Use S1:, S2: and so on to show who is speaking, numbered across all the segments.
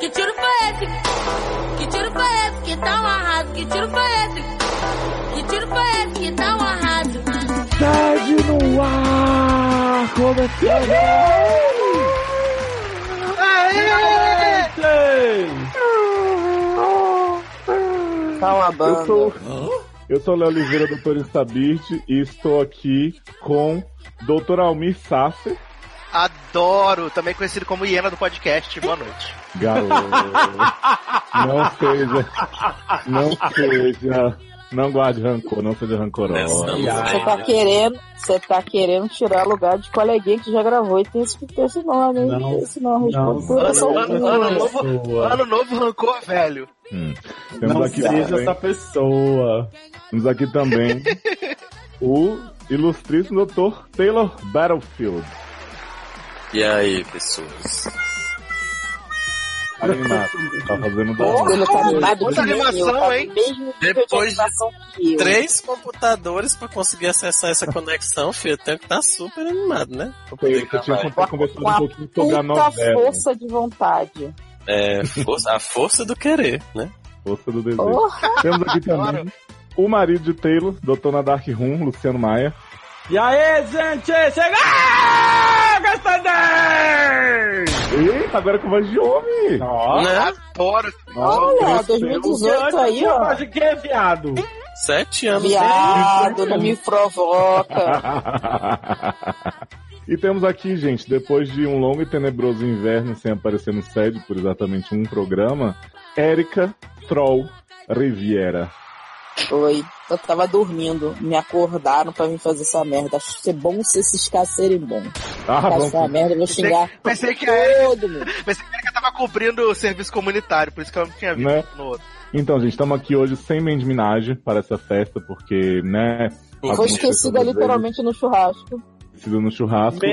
S1: Que tiro foi esse? Que tiro foi esse que tá amarrado? Que tiro foi esse? Que tiro foi esse que tá amarrado?
S2: Tarde no ar! Começando!
S3: Tá uma
S2: Eu
S3: banda.
S2: sou. Eu sou Léo Oliveira, doutorista Bird, e estou aqui com Dr. Almir Sasser.
S4: Adoro, também conhecido como Hiena do podcast. Boa noite.
S2: Garoto. Não seja. Não seja. Não guarde rancor, não seja rancoroso.
S5: Ai,
S6: Você tá
S5: meu.
S6: querendo, você tá querendo tirar lugar de coleguinha que já gravou e tem esse, tem esse nome, hein?
S5: Não,
S6: esse nome,
S5: não,
S6: responde essa
S4: não, não, não, não.
S6: pergunta.
S5: pessoa.
S4: Ano novo rancor velho.
S2: Temos
S5: Não
S2: aqui,
S5: seja
S2: também,
S5: essa pessoa.
S2: temos aqui também o ilustríssimo Dr. Taylor Battlefield.
S7: E aí, pessoas?
S2: Animado. Tá fazendo
S6: Ele tá animado
S4: Quanta
S6: que nem
S4: animação,
S6: eu, tá no
S4: hein?
S6: mesmo nível
S7: Depois de
S6: animação que eu.
S7: Três computadores pra conseguir acessar essa conexão, filho. Tem que tá super animado, né? Pra poder
S2: Você
S7: gravar.
S2: tinha conversado
S6: Com
S2: um
S6: a
S2: pouquinho sobre a
S6: Puta
S2: novela.
S6: força de vontade.
S7: É, força- a força do querer, né?
S2: Força do desejo.
S6: Porra,
S2: Temos aqui também o marido de Taylor, doutor na Dark Room, Luciano Maia.
S5: E aí, gente? Chega! Ah, Gastadei!
S2: Eita, agora é com voz de homem!
S7: Né?
S4: Adoro.
S6: olha,
S2: cresceu.
S6: 2018 aí, ó.
S5: de que, viado?
S7: Sete anos.
S6: Viado, não me provoca.
S2: e temos aqui, gente, depois de um longo e tenebroso inverno sem aparecer no sede por exatamente um programa, Érica Troll Riviera.
S6: Oi, eu tava dormindo, me acordaram pra vir fazer essa merda. Acho que é bom se esses caras serem bons.
S2: Ah,
S6: Fazer essa
S2: vamos.
S6: merda, eu vou xingar
S4: Pensei que a Erika,
S6: todo mundo.
S4: pensei que a Erika tava cobrindo o serviço comunitário, por isso que ela não tinha visto
S2: Né?
S4: no outro.
S2: Então, gente, estamos aqui hoje sem Mandy Minaj para essa festa, porque, né,
S6: Foi
S7: Tá
S2: Algumas
S6: esquecida
S2: pessoas
S6: literalmente no churrasco.
S2: precisa no churrasco e...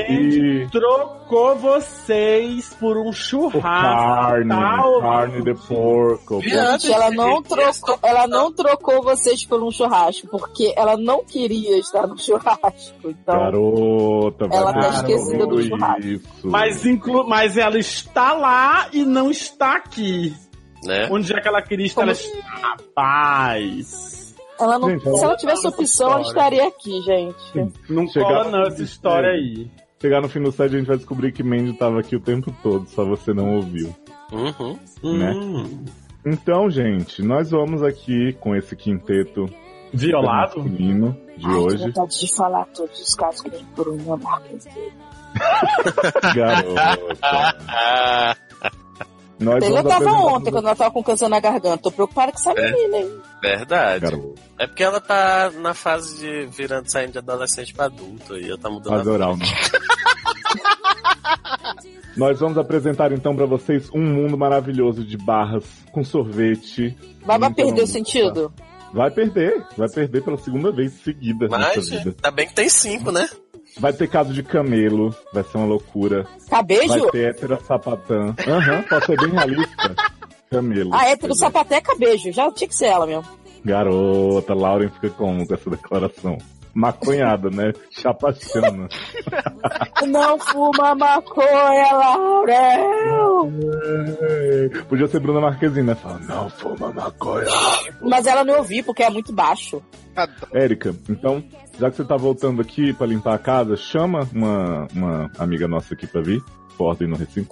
S5: Mandy Trocou vocês por um
S2: Por
S5: churrasco.
S2: carne,
S5: tá, ô,
S2: carne de porco.
S7: Viado,
S6: Gente, ela não trocou, ela não trocou vocês por um churrasco, porque ela não queria estar no churrasco. Então,
S2: Garota, vai
S6: Ela
S5: tá
S2: ter
S5: esquecida
S2: tudo
S6: do churrasco.
S2: Isso.
S5: Mas, inclu... Mas ela está lá e não está aqui.
S7: Né?
S5: Onde é que ela queria estar? Ela está
S2: assim?
S5: na paz.
S6: ela não,
S2: Gente, ela-
S6: se ela tivesse opção, ela estaria aqui, gente.
S5: Não
S2: Chegar-
S5: cola não essa história aí.
S2: Chegar no fim do site a gente vai descobrir que Mandy tava aqui o tempo todo, só você não ouviu.
S7: Uhum.
S2: Né?
S5: Hum,
S2: Então, gente, nós vamos aqui com esse quinteto
S5: Violado?
S2: masculino de
S5: Ah,
S6: Ai, que
S2: hoje.
S6: vontade de falar todos os casos que a gente por uma marca.
S2: Garota.
S7: Ah,
S2: Nós
S6: Ele
S2: vamos
S6: tava
S2: apresentar-
S6: ontem, quando ela tava com câncer na garganta. Tô preocupada com essa
S7: É.
S6: menina, hein?
S7: verdade.
S2: Garota.
S7: É porque ela tá na fase de virando, saindo de adolescente pra adulto. E ela tá mudando
S2: Fazer
S7: a
S2: oral, né? Nós vamos apresentar então pra vocês um mundo maravilhoso de barras com sorvete.
S6: Baba
S2: Então,
S6: perdeu o
S2: tá.
S6: sentido?
S2: Vai perder, vai perder pela segunda vez seguida
S7: Mas
S2: nessa vida.
S7: tá bem que tem cinco, né?
S2: Vai ter caso de camelo, vai ser uma loucura.
S6: Cabejo?
S2: Vai ter hétero sapatã. Aham, pode ser bem realista. Camelo.
S6: Ah, é, pelo sapateca, beijo. Já tinha que ser ela mesmo.
S2: Garota, Lauren fica como com essa declaração? Maconhada, né? Chapachana.
S6: Não fuma maconha, Laurel!
S2: É, Podia ser Bruna Marquezine, né? Fala, não fuma maconha.
S6: Mas ela não ouviu, porque é muito baixo.
S4: Adoro.
S2: Érica, então, já que você tá voltando aqui pra limpar a casa, chama uma, uma amiga nossa aqui pra vir. por Ordem no recinto.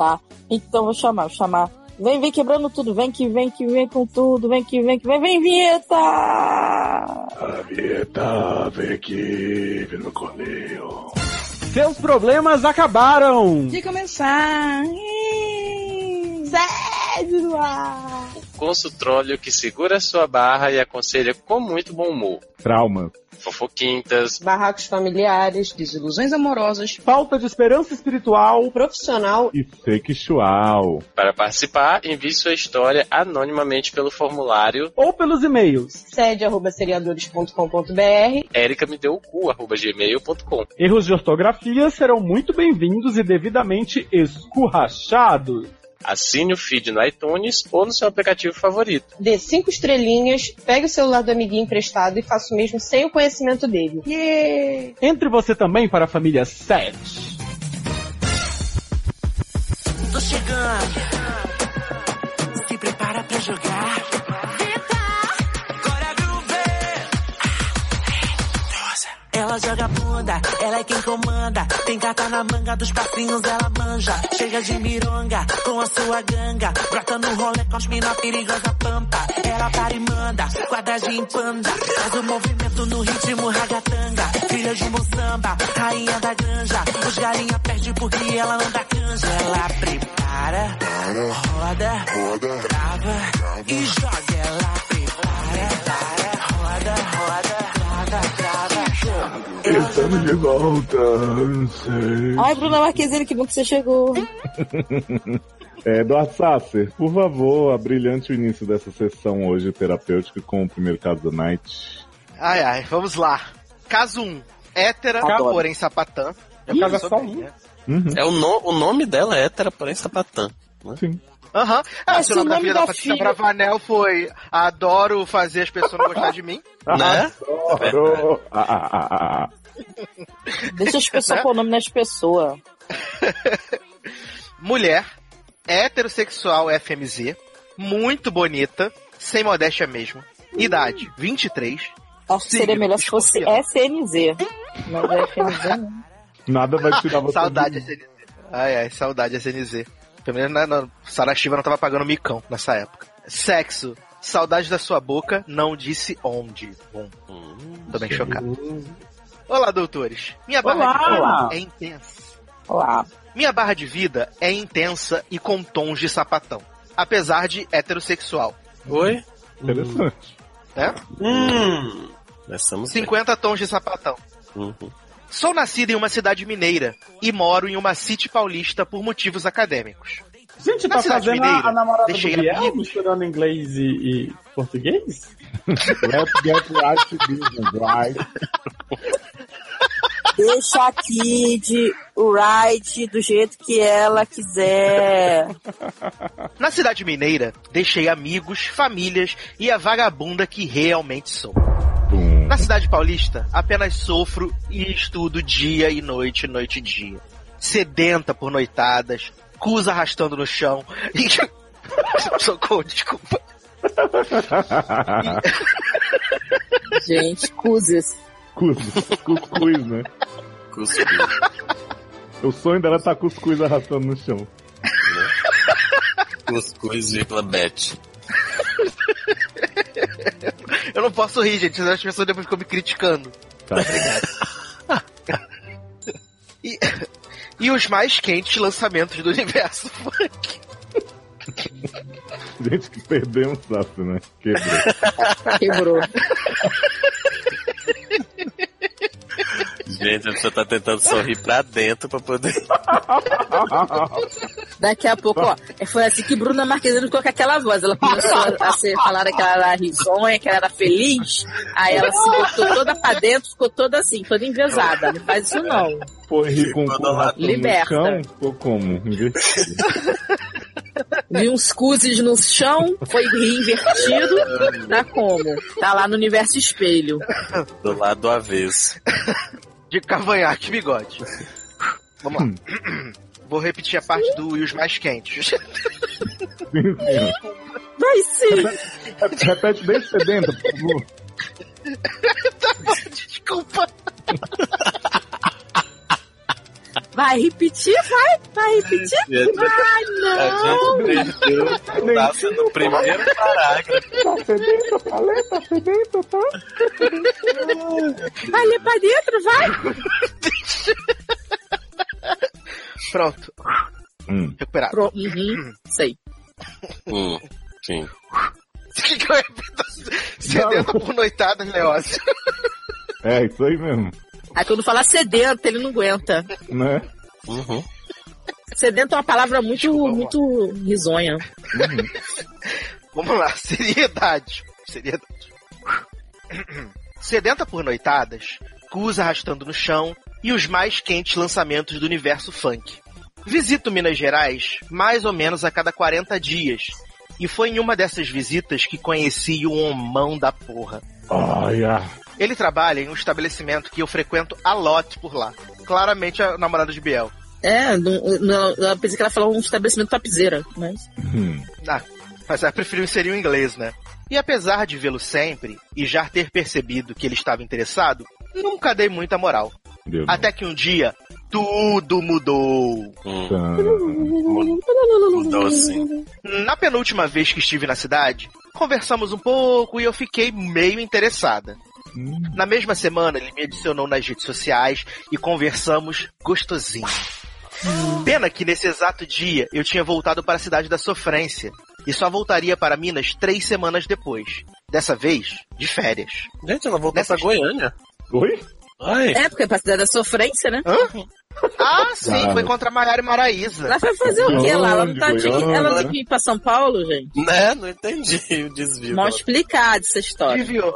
S6: Então vou chamar, vou chamar. Vem, vem quebrando tudo, vem que vem, que vem com tudo, vem que vem, que vem, vem vinheta!
S2: Avieta, vem aqui, vem no corneio.
S5: Seus problemas acabaram.
S8: De começar. Ih, Sede no ar.
S7: Consultróleo que segura sua barra e aconselha com muito bom humor.
S2: Trauma.
S7: Fofoquintas.
S8: Barracos familiares, desilusões amorosas,
S5: Falta de esperança espiritual.
S8: profissional.
S2: E sexual.
S7: Para participar, envie sua história anonimamente pelo formulário
S5: Ou pelos e-mails.
S8: Sede arroba seriadores.com.br.
S7: Erica me deu o cu, arroba gmail.com.
S5: Erros de ortografia serão muito bem-vindos e devidamente escurrachados.
S7: Assine o feed no iTunes ou no seu aplicativo favorito.
S8: Dê cinco estrelinhas, pegue o celular do amiguinho emprestado e faça o mesmo sem o conhecimento dele.
S5: Entre você também para a família 7.
S1: Tô chegando. Se prepara pra jogar. Agora Ela joga bunda, ela é quem comanda. Tem carta na manga dos passinhos, ela manja. Chega de mironga, com a sua ganga. Brota no rolê com as mina perigosa pampa. Ela para e manda, quadradinha em panda. Faz o movimento no ritmo ragatanga. Filha de um bom samba, rainha da granja. Os galinha perde porque ela não dá canja. Ela prepara, roda, trava e joga. Ela prepara, roda, roda, trava, trava, joga.
S2: Estamos de volta, não sei.
S6: Ai, Bruna Marquezine, que bom que você chegou.
S2: É, Eduardo Sasser, por favor, abrilhante o início dessa sessão hoje terapêutica com o primeiro caso da Night.
S4: Ai, ai, vamos lá. Caso 1. Hétera,
S8: Adoro.
S4: porém sapatã. Eu
S5: Ih,
S4: caso
S5: só
S4: bem,
S5: um.
S4: né?
S2: Uhum,
S7: É o, no- o nome dela é hétera, porém sapatã.
S2: sim.
S4: Aham.
S6: Ah,
S4: Ah,
S6: esse
S4: seu nome da filha da
S6: filha.
S4: Patrícia Bravanel foi Adoro fazer as pessoas não gostar de mim.
S7: Né?
S2: Adoro. Ah, ah, ah, ah, ah.
S6: Deixa as pessoas pôr nome nas pessoas.
S4: Mulher, heterossexual FMZ, muito bonita, sem modéstia mesmo. Idade, 23.
S6: Acho que
S4: Sim,
S6: seria melhor se fosse
S4: desconfiado.
S6: SNZ. Mas é FNZ não.
S2: Nada vai tirar você.
S4: Saudade
S2: do-
S4: SNZ. Ai, ai, saudade SNZ. Pelo menos na, na Sarashiva não tava pagando micão nessa época. Sexo. Saudade da sua boca, não disse onde. Bom,
S7: Hum,
S4: tô bem chocado. Olá, doutores. Minha barra
S5: Olá!
S4: de
S5: Olá.
S4: é intensa.
S6: Olá.
S4: Minha barra de vida é intensa e com tons de sapatão. Apesar de heterossexual.
S7: Oi?
S2: Interessante.
S7: Hum. Começamos bem.
S4: 50 tons de sapatão.
S7: Uhum.
S4: Sou nascido em uma cidade mineira e moro em uma city paulista por motivos acadêmicos.
S5: Gente,
S4: Na
S5: tá
S4: cidade
S5: fazendo
S4: mineira,
S5: a, a namorada
S4: deixei
S5: do Biel
S4: amigos.
S5: misturando inglês e, e português?
S2: Let's get right to business, right?
S6: Deixa a Kid, o Ride, do jeito que ela quiser.
S4: Na cidade mineira, deixei amigos, famílias e a vagabunda que realmente sou.
S2: Tum.
S4: Na cidade paulista, apenas sofro e estudo dia e noite, noite e dia. Sedenta por noitadas, cusa arrastando no chão e. Socorro, desculpa.
S6: Gente, cuzes.
S2: Cuscuz, cuscuz, né?
S7: Cuspiu.
S2: O sonho dela tá cuscuz arrastando no chão.
S7: Cuscuz, vírgula, bet.
S4: Eu não posso rir, gente, senão as pessoas depois ficam me criticando.
S2: Tá.
S4: E os mais quentes lançamentos do universo.
S2: Gente, que perdemos Sasser, né? Quebrou.
S6: Quebrou.
S7: Gente, a pessoa tá tentando sorrir pra dentro pra poder.
S6: Daqui a pouco, ó, foi assim que Bruna Marquezine ficou com aquela voz. Ela começou a- a ser falada que ela era risonha, que ela era feliz. Aí ela se botou toda pra dentro, ficou toda assim, toda envezada. Não faz isso não.
S2: Foi rir com o cu
S7: Quando ela-
S2: arrastando no
S6: Liberta.
S2: chão, ficou como? Invertido.
S6: Vi uns cuzes no chão, foi rir invertido. Tá como? Tá lá no universo espelho.
S7: Do lado do avesso.
S4: De cavanhaque e bigode. Vamos lá. Vou repetir a parte do e os mais quentes.
S2: Sim, sim.
S6: Vai sim!
S2: Repete bem sedenta, por favor.
S4: Desculpa.
S6: Vai repetir, vai! Vai repetir?
S7: Gente,
S6: Ai,
S7: a
S6: não!
S7: gente deixou Sassi no primeiro parágrafo.
S2: Tá sedenta, falei, tá sedenta, tá?
S6: Vai ali pra dentro, vai!
S4: Pronto,
S2: Hum.
S4: recuperado.
S6: Pro... Uhum, sei.
S7: Hum, sim.
S4: O que que eu repito? Sedenta por noitadas, Leócio.
S2: É, isso aí mesmo.
S6: Aí quando fala sedento, ele não aguenta.
S2: Né?
S7: Uhum.
S6: Sedento é uma palavra muito,
S4: Desculpa,
S6: muito risonha.
S2: Uhum.
S4: Vamos lá, seriedade. Seriedade. Sedenta por noitadas, cusa arrastando no chão e os mais quentes lançamentos do universo funk. Visito Minas Gerais mais ou menos a cada 40 dias. E foi em uma dessas visitas que conheci o homão da porra.
S2: Olha.
S4: Ele trabalha em um estabelecimento que eu frequento a lote por lá. Claramente a namorada de Biel.
S6: É, não, não, eu pensei que ela falou um estabelecimento né? topzeira, mas.
S2: Hum.
S4: Mas eu prefiro inserir o inglês, né? E apesar de vê-lo sempre e já ter percebido que ele estava interessado, nunca dei muita moral.
S2: Deu não.
S4: Até que um dia, tudo mudou.
S7: Hum,
S2: Tá.
S7: mudou sim.
S4: Na penúltima vez que estive na cidade, conversamos um pouco e eu fiquei meio interessada.
S2: Hum.
S4: Na mesma semana, ele me adicionou nas redes sociais e conversamos gostosinho. Pena que nesse exato dia eu tinha voltado para a cidade da sofrência e só voltaria para Minas três semanas depois. Dessa vez, de férias.
S7: Gente, ela voltou
S4: Nessa
S7: pra Goiânia.
S2: Oi?
S7: Ai,
S6: É, porque é pra cidade da sofrência, né?
S4: Ah, sim,
S2: Claro.
S4: foi contra Maiara e Maraísa.
S6: Ela foi fazer o quê lá? Ela não tá de.
S2: Goiânia,
S6: Ela não
S2: né?
S6: quis ir pra São Paulo, gente?
S4: É.
S7: né? Não entendi o desvio.
S6: Mal explicado essa história.
S4: Desviou.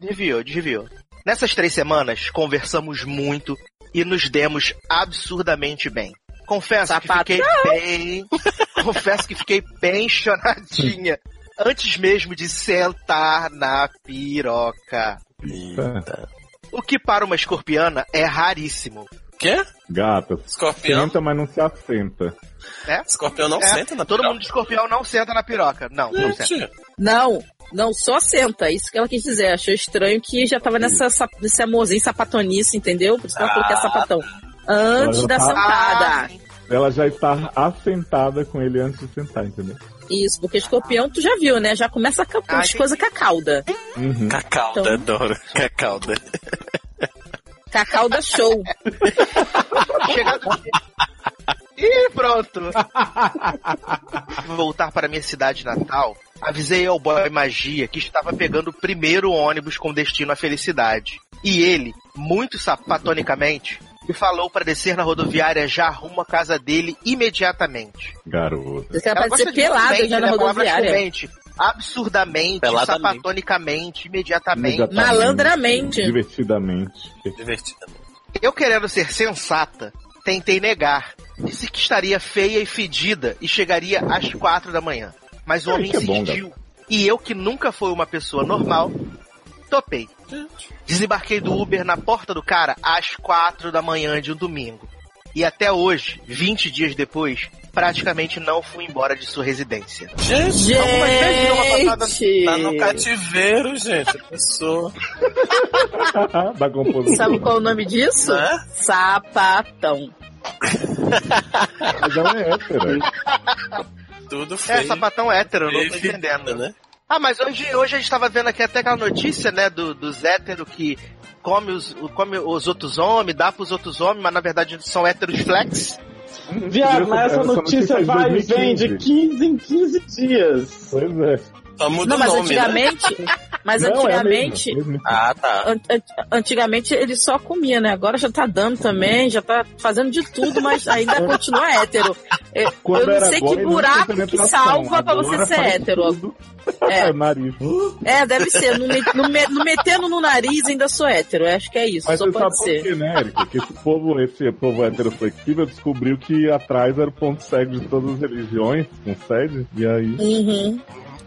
S4: Desviou, desviou. Nessas três semanas, conversamos muito e nos demos absurdamente bem. Confesso que fiquei bem. confesso que fiquei bem chonadinha. Antes mesmo de sentar na piroca.
S7: Eita.
S4: O que para uma escorpiana é raríssimo.
S7: Quê?
S2: Gata,
S7: Escorpião?
S2: senta, mas não se assenta.
S7: Escorpião não
S4: É,
S7: senta na
S4: Todo
S7: piroca.
S4: mundo de escorpião não senta na piroca. Não, não senta.
S7: Gente,
S6: Não, não, só senta. É Isso que ela quis dizer. Achou estranho que já tava nessa, sa- nesse amorzinho sapatonice, entendeu? Por isso que ela falou que é sapatão. Antes
S2: Ah. Ela
S6: da
S2: tá-
S4: Ah,
S6: sentada.
S4: sim.
S2: Ela já está assentada com ele antes de sentar, entendeu?
S6: Isso, porque escorpião, tu já viu, né? Já começa a capar
S4: Ah,
S6: as coisas com a cauda.
S2: Uhum.
S7: Cacalda,
S6: Então.
S7: adoro. Cacalda.
S6: Com a cauda show.
S4: Chegado. E pronto. Voltar para minha cidade natal, avisei ao boy magia que estava pegando o primeiro ônibus com destino à felicidade. E ele, muito sapatonicamente, me falou para descer na rodoviária já rumo à casa dele imediatamente.
S2: Garota.
S6: Ela pode
S4: gosta
S6: ser
S4: de
S6: pelada
S4: comente,
S6: já na
S4: né? Palavras
S6: rodoviária.
S4: comente. Absurdamente,
S7: Peladamente.
S4: sapatonicamente, imediatamente.
S2: Imediatamente,
S6: Malandramente.
S2: Divertidamente.
S7: Divertida.
S4: Eu querendo ser sensata, tentei negar. Disse que estaria feia e fedida e chegaria às quatro da manhã. Mas o
S2: Ah,
S4: homem
S2: isso é bom,
S4: insistiu. e eu, que nunca fui uma pessoa normal, topei. Desembarquei do Uber na porta do cara às quatro da manhã de um domingo. E até hoje, 20 dias depois, praticamente não fui embora de sua residência.
S7: Gente,
S4: Algumas vezes deu uma passada-
S7: tá no
S6: Gente!
S7: cativeiro, gente. A pessoa.
S2: da composição.
S6: Sabe qual é o nome
S4: Tá.
S6: disso?
S7: Né?
S6: Sapatão.
S2: Mas ela é hétera.
S7: Tudo feio.
S4: É, sapatão hétero, eu não tô
S7: feio,
S4: entendendo.
S7: né?
S4: Ah, mas hoje, hoje a gente tava vendo aqui até aquela notícia, né, do, dos héteros que come os, o- come os outros homens, dá pros outros homens, mas na verdade são héteros flex.
S5: Viado, mas essa notícia
S2: é de
S5: vai e vem
S2: 2015.
S5: de 15 em 15 dias.
S2: Pois é.
S7: Só muda
S6: Não,
S7: o
S6: mas
S7: nome, né?
S6: antigamente. Mas
S2: Não, é a
S6: antigamente.
S2: mesma, mesma.
S7: Ah, tá.
S6: An- an- Antigamente ele só comia, né? Agora já tá dando
S2: Uhum.
S6: também, já tá fazendo de tudo, mas ainda continua hétero. É, Eu
S2: Quando
S6: não
S2: era
S6: sei
S2: boy,
S6: que
S2: não
S6: buraco
S2: tinha
S6: que
S2: penetração.
S6: salva pra você
S2: Agora
S6: ser
S2: faz
S6: hétero.
S2: tudo.
S6: É.
S2: É, nariz.
S6: É, deve ser. No, me- no me- no metendo no nariz ainda sou hétero. Acho que é isso,
S2: Mas
S6: só
S2: você sabe
S6: pode
S2: por
S6: ser.
S2: quê, né, Érica? Que esse povo, esse povo heteroflexível descobriu que atrás era o ponto cego de todas as religiões, com sede, e aí...
S6: Uhum.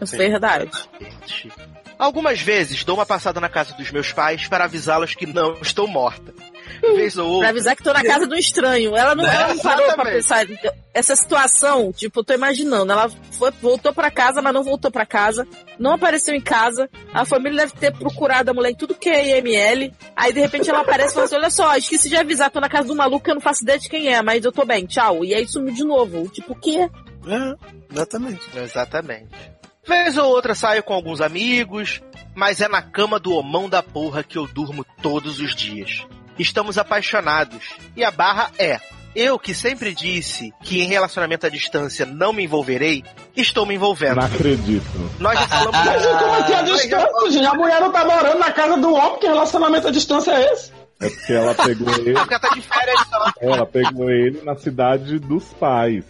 S7: Sim.
S6: Verdade.
S4: Gente. Algumas vezes dou uma passada na casa dos meus pais para avisá-los que não estou morta. Vez ou
S6: Pra
S4: outra.
S6: avisar que tô na casa do estranho. Ela não, ela não parou pra
S4: Exatamente.
S6: pensar. Essa situação, tipo, eu tô imaginando. Ela foi, voltou pra casa, mas não voltou pra casa. Não apareceu em casa. A família deve ter procurado a mulher em tudo que é IML. Aí, de repente, ela aparece e fala assim, olha só, esqueci de avisar, tô na casa do maluco, que eu não faço ideia de quem é, mas eu tô bem, tchau. E aí sumiu de novo. Tipo, o quê?
S7: É, exatamente.
S4: Exatamente. Vez ou outra saio com alguns amigos, mas é na cama do homão da porra que eu durmo todos os dias. Estamos apaixonados. E a barra é: eu que sempre disse que em relacionamento à distância não me envolverei, estou me envolvendo.
S2: Não acredito.
S4: Nós já falamos.
S5: Mas como é que é a distância, gente? A mulher não tá morando na casa do homem, que relacionamento à distância é esse?
S2: É porque ela pegou ele,
S4: Porque ela tá de férias só.
S2: ela pegou ele na cidade dos pais.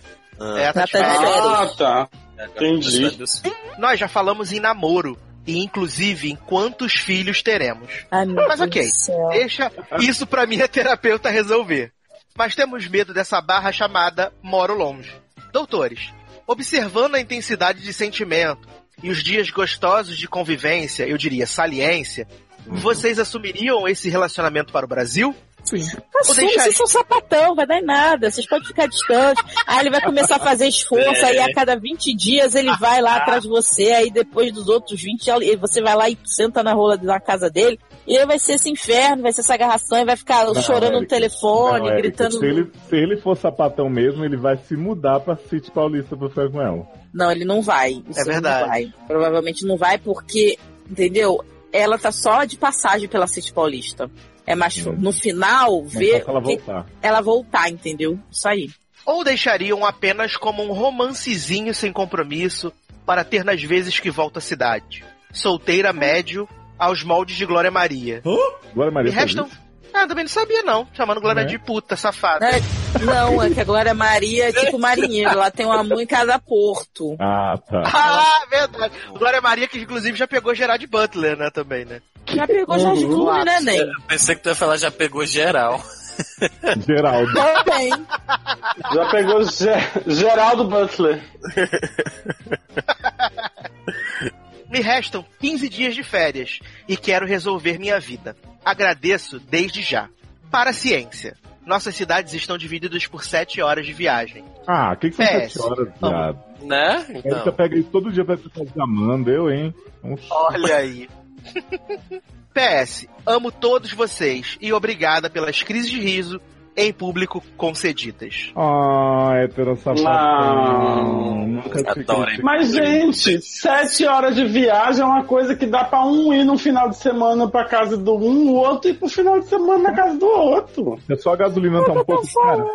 S4: É, tá de
S6: Ela tá de
S4: férias.
S5: Ah, tá. Entendi.
S4: Nós já falamos em namoro. E inclusive em quantos filhos teremos.
S6: Ai, meu
S4: Mas
S6: Deus
S4: ok.
S6: do céu.
S4: Deixa isso pra minha terapeuta é resolver. mas temos medo dessa barra chamada Moro Longe. Doutores, observando a intensidade de sentimento e os dias gostosos de convivência, eu diria saliência,
S2: Uhum.
S4: vocês assumiriam esse relacionamento para o Brasil?
S6: Assume,
S4: deixar
S6: vocês são sapatão, vai dar em nada. Vocês podem ficar distante. Aí ele vai começar a fazer esforço, aí a cada 20 dias ele vai lá atrás de você, aí depois dos outros 20, ele- você vai lá e senta na rola da casa dele, e aí vai ser esse inferno, vai ser essa agarração, e vai ficar
S2: Não,
S6: chorando no
S2: Érica,
S6: telefone,
S2: Não, Érica,
S6: gritando.
S2: Se ele, se ele for sapatão mesmo, ele vai se mudar pra City Paulista pra ficar com ela.
S6: Não, ele não vai. Isso
S4: É verdade.
S6: Não vai. Provavelmente não vai porque, entendeu? Ela tá só de passagem pela City Paulista. É mais
S2: Hum.
S6: no final
S2: Não
S6: ver
S2: posso ela
S6: que-
S2: voltar.
S6: ela voltar, entendeu? Isso aí.
S4: Ou deixariam apenas como um romancezinho sem compromisso para ter nas vezes que volta à cidade? Solteira médio, aos moldes de Glória Maria.
S2: Glória Maria.
S4: E
S2: fez
S6: um
S4: restam-
S2: isso?
S4: Ah, também não sabia não, chamando Glória
S2: Né?
S4: de puta, safada.
S6: Não, é que a Glória Maria é tipo marinheiro, ela tem um amor em cada porto.
S2: Ah, tá.
S4: Ah, verdade. Glória Maria, que inclusive já pegou Gerard Butler, né, também, né?
S6: Já pegou já de
S5: Uhum.
S6: clube, né, Ney?
S7: Eu pensei que tu ia falar, já pegou geral.
S2: Geraldo.
S6: Também.
S5: Já pegou Ge- Geraldo Butler.
S4: Me restam 15 dias de férias e quero resolver minha vida. Agradeço desde já. Para a ciência. Nossas cidades estão divididas por 7 horas de viagem.
S2: Ah, o que, que são
S4: É,
S2: sete horas,
S4: vamos.
S2: viado?
S7: Né?
S2: Érica
S7: Então.
S2: pega É isso todo dia pra ficar de Amanda, eu, hein? É um ch-
S4: Olha aí. PS, amo todos vocês e obrigada pelas crises de riso em público concedidas.
S2: Ah, hétero sapatão.
S5: Não.
S2: Nunca te
S7: Adoro,
S2: critiquei.
S5: Mas, gente, sete horas de viagem é uma coisa que dá pra um ir no final de semana pra casa do um, o outro ir pro final de semana na casa do outro.
S2: É só a gasolina tá um pouco cara.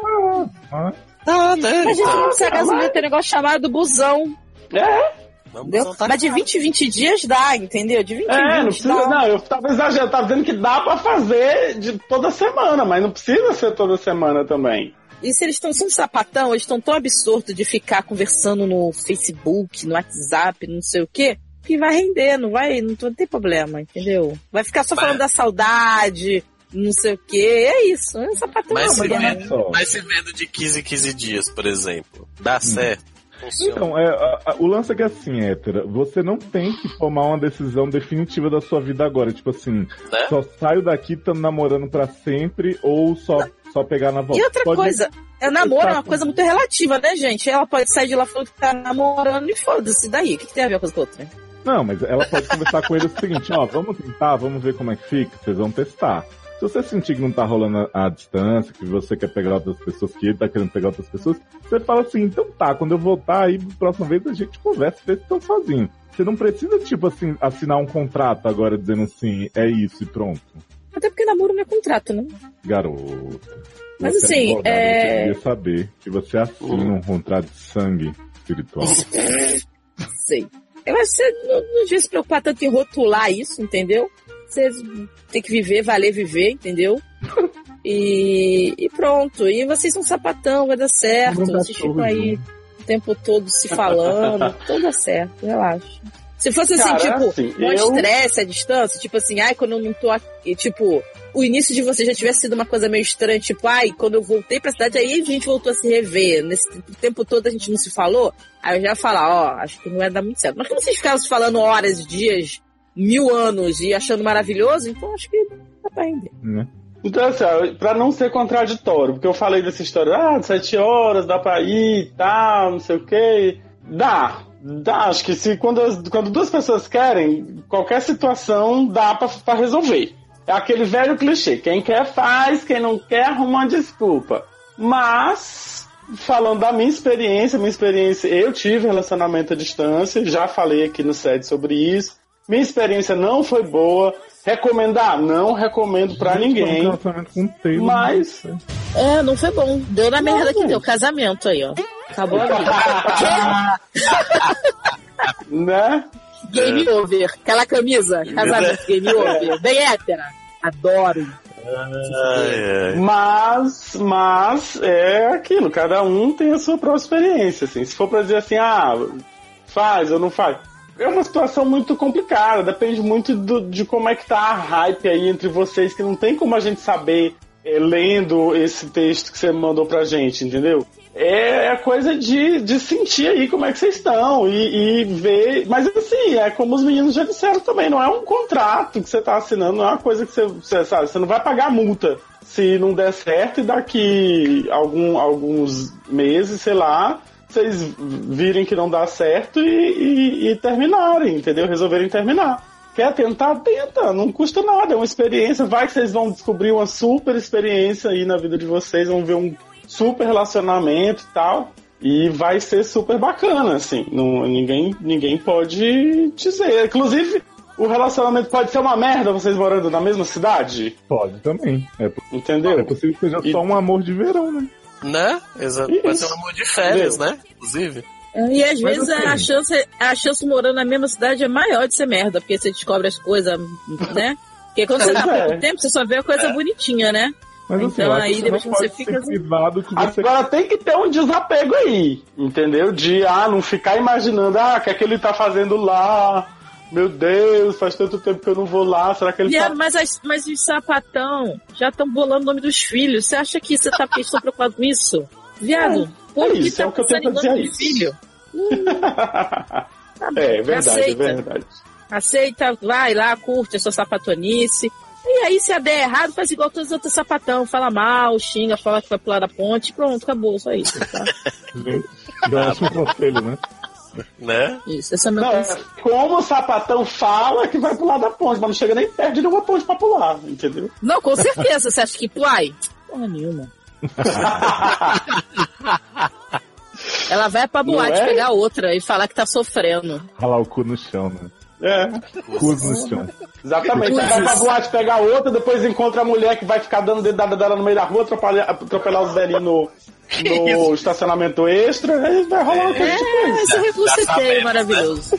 S2: Ah,
S7: Ah, né?
S6: Mas gente
S7: Então.
S6: não
S5: Tá
S6: se gasolina tem um negócio chamado busão,
S5: É,
S7: Vamos
S6: entendeu?
S7: soltar-
S6: Mas de 20 em 20 dias dá, entendeu? De 20
S5: é,
S6: em
S5: não
S6: 20
S5: precisa.
S6: dá.
S5: Não, eu tava exagerando, eu tava dizendo que dá pra fazer de toda semana, mas não precisa ser toda semana também.
S6: E se eles estão sendo sapatão, eles estão tão absortos de ficar conversando no Facebook, no WhatsApp, não sei o quê, que vai render, não vai, não, tô- não tem problema, entendeu? Vai ficar só falando da saudade, não sei o quê, é isso, é sapatão
S7: Mas
S6: não,
S7: se
S6: mulher.
S2: olha só.
S7: Mas se vendo de 15 em 15 dias, por exemplo, dá certo? Funciona.
S2: Então, é, a- a- o lance é que é assim, hétera, você não tem que tomar uma decisão definitiva da sua vida agora. Tipo assim,
S7: Né?
S2: só saio daqui tamo namorando pra sempre ou só, só pegar na volta.
S6: E outra
S2: Pode-
S6: coisa, é namoro
S2: Tá
S6: é uma
S2: com-
S6: coisa muito relativa, né, gente? Ela pode sair de lá falando que tá namorando e foda-se, e daí? O que, que tem a ver uma coisa com a outra?
S2: Não, mas ela pode conversar com ele o seguinte, ó, vamos tentar, vamos ver como é que fica, vocês vão testar. Se você sentir que não tá rolando a, a distância, que você quer pegar outras pessoas, que ele tá querendo pegar outras pessoas, você fala assim, então tá, quando eu voltar aí, próxima vez a gente conversa, vocês estão sozinhos. Você não precisa, tipo assim, assinar um contrato agora dizendo assim, é isso e pronto.
S6: Até porque namoro não é contrato, né?
S2: Garoto.
S6: Mas
S2: você
S6: assim,
S2: advogado,
S6: é-
S2: Eu queria saber que você assina
S5: Uhum.
S2: um contrato de sangue espiritual.
S6: sei. Eu acho que você não, não devia se preocupar tanto em rotular isso, entendeu? Você tem que viver, valer viver, entendeu? E, e pronto. E vocês são sapatão, vai dar certo.
S2: Não dá
S6: Vocês ficam
S2: sorriso.
S6: aí o tempo todo se falando. tudo dá certo, relaxa. Se fosse assim,
S5: Cara,
S6: tipo,
S5: assim,
S6: um
S5: eu-
S6: estresse à distância, tipo assim, ai, quando eu não tô aqui, tipo, o início de vocês já tivesse sido uma coisa meio estranha, tipo, ai, quando eu voltei pra cidade, aí a gente voltou a se rever. Nesse tempo- tempo todo a gente não se falou, aí eu já ia falar, ó, acho que não vai dar muito certo. Mas como vocês ficaram se falando horas, dias, mil anos e achando maravilhoso, então acho que dá pra render.
S2: né?
S5: Então, assim, ó, pra não ser contraditório, porque eu falei dessa história, ah, de sete horas, dá pra ir e tal, não sei o quê. Dá, dá. Acho que se quando, as- quando duas pessoas querem, qualquer situação dá pra, pra resolver. É aquele velho clichê: quem quer faz, quem não quer arruma uma desculpa. Mas, falando da minha experiência, minha experiência, eu tive relacionamento à distância, já falei aqui no SED sobre isso. Minha experiência não foi boa. Recomendar? Não recomendo pra
S2: Foi um
S5: ninguém.
S2: relacionamento com o Taylor.
S5: Mas.
S6: É, não foi bom. Deu na merda que deu. Casamento aí, ó. Acabou a vida.
S5: né?
S6: Game over. Aquela camisa,
S5: É.
S6: casamento, game over. Bem hétera. Adoro.
S5: é.
S7: Ai, ai.
S5: Mas, mas é aquilo, cada um tem a sua própria experiência, assim. Se for pra dizer assim, ah, faz ou não faz. É uma situação muito complicada, depende muito do- de como é que tá a hype aí entre vocês, que não tem como a gente saber é, lendo esse texto que você mandou pra gente, entendeu? É a coisa de, de sentir aí como é que vocês estão e, e ver. Mas assim, é como os meninos já disseram também, não é um contrato que você tá assinando, não é uma coisa que você, você sabe, você não vai pagar multa se não der certo e daqui algum, alguns meses, sei lá, vocês virem que não dá certo e, e- e terminarem, entendeu? Resolverem terminar. Quer tentar? Tenta, não custa nada, é uma experiência. Vai que vocês vão descobrir uma super experiência aí na vida de vocês, vão ver um super relacionamento e tal. E vai ser super bacana, assim. Não, ninguém, ninguém pode dizer. Inclusive, o relacionamento pode ser uma merda vocês morando na mesma cidade,
S2: Pode também. É, po- é
S5: entendeu?
S2: possível que seja só um amor de verão, né?
S7: Né? Exato. Pode ser um
S5: Isso.
S7: amor de férias, né? Inclusive.
S6: E
S2: Mas
S6: às vezes
S2: assim-
S6: a, chance, a chance morando na mesma cidade é maior de ser merda, porque você descobre as coisas, né? Porque quando você tá há
S5: Pois é.
S6: pouco tempo, você só vê a coisa bonitinha, né?
S2: Mas assim,
S6: Então,
S2: eu acho
S6: aí
S2: que
S6: depois
S2: não
S6: você
S2: pode
S6: fica
S2: ser
S6: assim-
S2: privado que você
S5: Agora tem que ter um desapego aí, entendeu? De ah, não ficar imaginando, ah, o que é que ele tá fazendo lá? Meu Deus, faz tanto tempo que eu não vou lá, será que ele
S6: E é,
S5: tá.
S6: mas, as- mas os sapatão já estão bolando o nome dos filhos. Você acha que você tá porque estão preocupado com isso? Viado, por
S5: é
S6: que
S5: isso,
S6: tá
S5: é o que eu tenho
S6: pensando
S5: pra dizer,
S6: em nome
S5: é
S6: do filho? Tá bom,
S5: é verdade,
S6: aceita.
S5: é verdade.
S6: Aceita, vai lá, curte a sua sapatonice. E aí, se a der errado, faz igual todos os outros sapatão. Fala mal, xinga, fala que vai pular da ponte. Pronto, acabou, só isso. Tá?
S2: gente. Eu acho um conselho, né?
S7: Né?
S6: Isso, esse é o meu
S5: Não, é
S6: conselho.
S5: como o sapatão fala que vai pular da ponte, mas não chega nem perto de nenhuma ponte pra pular, entendeu?
S6: Não, com certeza. Você acha que Puai? Porra nenhuma. Ela vai pra
S5: Não
S6: boate
S5: é?
S6: pegar outra e falar que tá sofrendo.
S2: Ralar o cu no chão, né?
S5: É,
S2: Cus no chão.
S5: exatamente. Você vai pra boate pegar outra, depois encontra a mulher que vai ficar dando dedada dela no meio da rua, atrapalhar- atropelar os velhinhos no, no estacionamento extra, aí vai rolar um monte de coisa.
S6: É, esse recurso você
S5: né?
S6: tem, maravilhoso.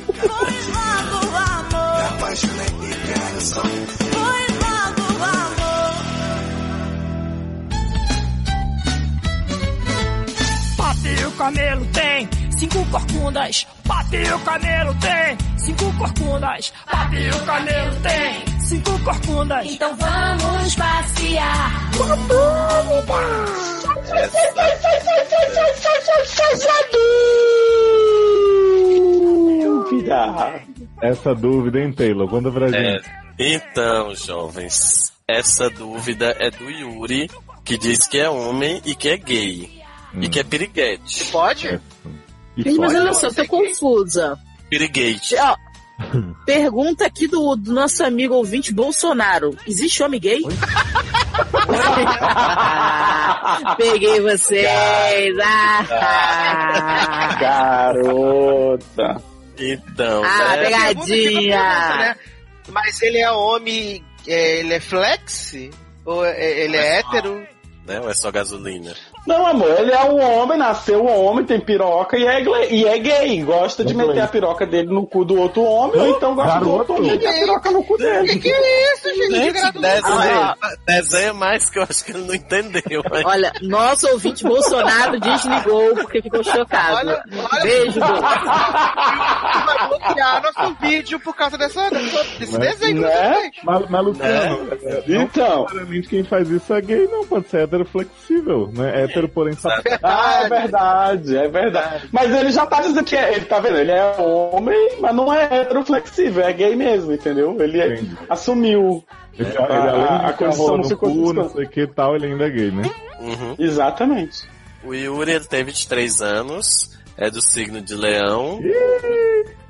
S9: Papi o camelo tem cinco corcundas. Papi o camelo tem cinco corcundas. Papi o camelo tem cinco corcundas. Então vamos passear.
S5: Dúvida.
S2: Essa dúvida, hein, Taylor? Conta pra
S7: É.
S2: gente.
S7: Então, jovens, essa dúvida é do Yuri, que diz que é homem e que é gay. E que é piriguete.
S4: Pode?
S2: E
S6: Gente, mas
S2: só.
S6: olha só, eu tô confusa.
S7: Piriguete.
S6: Ó, pergunta aqui do, do nosso amigo ouvinte Bolsonaro: Existe homem gay? Ah, Peguei vocês! Ah,
S5: Garota.
S7: Então,
S6: Ah,
S7: né?
S6: legal. Pegadinha.
S4: Pergunta fica pra pergunta, né? Mas ele é homem, é, ele é flex? Ou é- ele é hétero?
S7: né? Ou é só gasolina?
S5: Não, amor, ele é um homem, nasceu um homem, tem piroca e é, gle- e é gay. Gosta de
S2: Inglês.
S5: meter a piroca dele no cu do outro homem, ou então gosta do outro
S2: Garoto.
S5: homem e meter a piroca no cu
S4: Que
S5: dele.
S4: que é isso, gente? Que graduação.
S7: Desenha, Ah, desenha mais que eu acho que ele não entendeu. né?
S6: Olha, nosso ouvinte Bolsonaro desligou porque ficou chocado.
S4: Olha- olha-
S6: Beijo, Bolsonaro.
S4: vai bloquear nosso vídeo por causa dessa, desse
S2: Mas,
S4: desenho.
S5: né?
S4: gente.
S2: Mas, mas Luciano, não
S5: Então,
S2: necessariamente né? quem faz isso é gay, não. Pode ser hétero flexível, né? Hétero, porém, sabe.
S5: ah, é verdade, é verdade. Mas ele já tá dizendo que é, ele tá vendo, ele é homem, mas não é heteroflexível, é gay mesmo, entendeu? Ele é-
S2: Entendi.
S5: assumiu.
S2: Ele, ele, além de
S5: a
S2: ficar
S5: condição
S2: rolando o cu,
S5: circunstancial.
S2: não sei o que e tal, ele ainda é gay, né?
S7: Uhum.
S5: Exatamente.
S7: O Yuri ele tem 23 anos, é do signo de leão.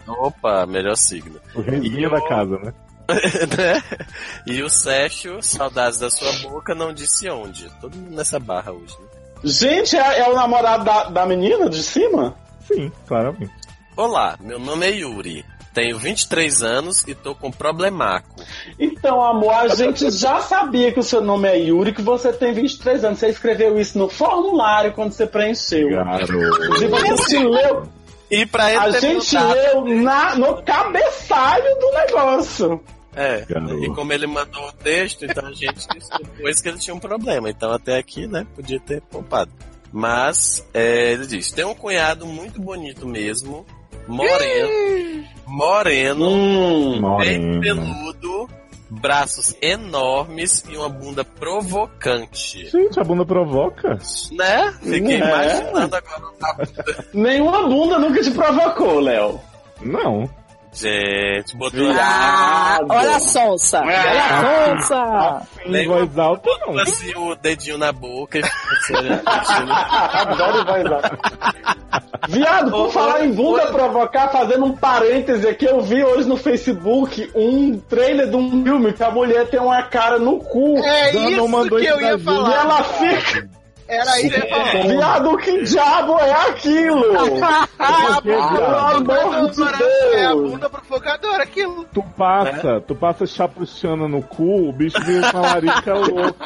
S7: Opa, melhor signo.
S2: O reizinho
S7: E
S2: da
S7: eu-
S2: casa, né?
S7: Né? E o Sérgio, saudades da sua boca, não disse onde. Todo mundo nessa barra hoje. né?
S5: Gente, é, é o namorado da, da menina de cima?
S2: Sim, claramente.
S7: Olá, meu nome é Yuri. Tenho 23 anos e tô com problemaco.
S5: Então, amor, a gente já sabia que o seu nome é Yuri, que você tem 23 anos. Você escreveu isso no formulário quando você preencheu. E você
S2: Garoto.
S5: se leu,
S7: E pra ele
S4: tá
S5: a
S7: ter
S5: gente
S7: mandado-
S5: leu na, no cabeçalho do negócio.
S7: É,
S2: Garoto.
S7: e como ele mandou o texto, então a gente depois que ele tinha um problema. Então até aqui, né, podia ter poupado. Mas, é, ele diz, tem um cunhado muito bonito mesmo, moreno, moreno,
S5: Hum,
S7: bem
S2: Moreno.
S7: peludo, braços enormes e uma bunda provocante.
S2: Gente, a bunda provoca.
S7: Né? Fiquei
S5: Né?
S7: imaginando agora. a bunda.
S5: Nenhuma bunda nunca te provocou, Léo.
S2: Não.
S7: Gente, botou
S6: Ah,
S5: Viado.
S6: olha a Ah. sonsa. Olha a sonsa.
S2: Em
S7: Nem
S2: voz alta, não.
S7: assim o dedinho na boca e ficou assim, olhando pra cima.
S5: Adoro bailar. Viado, por
S4: Ô,
S5: falar em bunda provocar, fazendo um parêntese aqui, eu vi hoje no Facebook um trailer de um filme que a mulher tem uma cara no cu.
S4: É
S2: Dana
S4: isso
S2: mandou
S4: que eu ia
S2: isso pra
S5: E
S4: falar.
S5: ela fica.
S4: Era isso que eu ia falar.
S6: Então,
S5: Viado, que diabo é aquilo?
S2: Porque,
S5: Pelo
S2: viado,
S5: amor de
S4: É a
S5: Deus!
S4: bunda provocadora, aquilo.
S2: tu passa,
S5: né?
S2: tu passa chapuchando no cu, o bicho vira uma larica louca.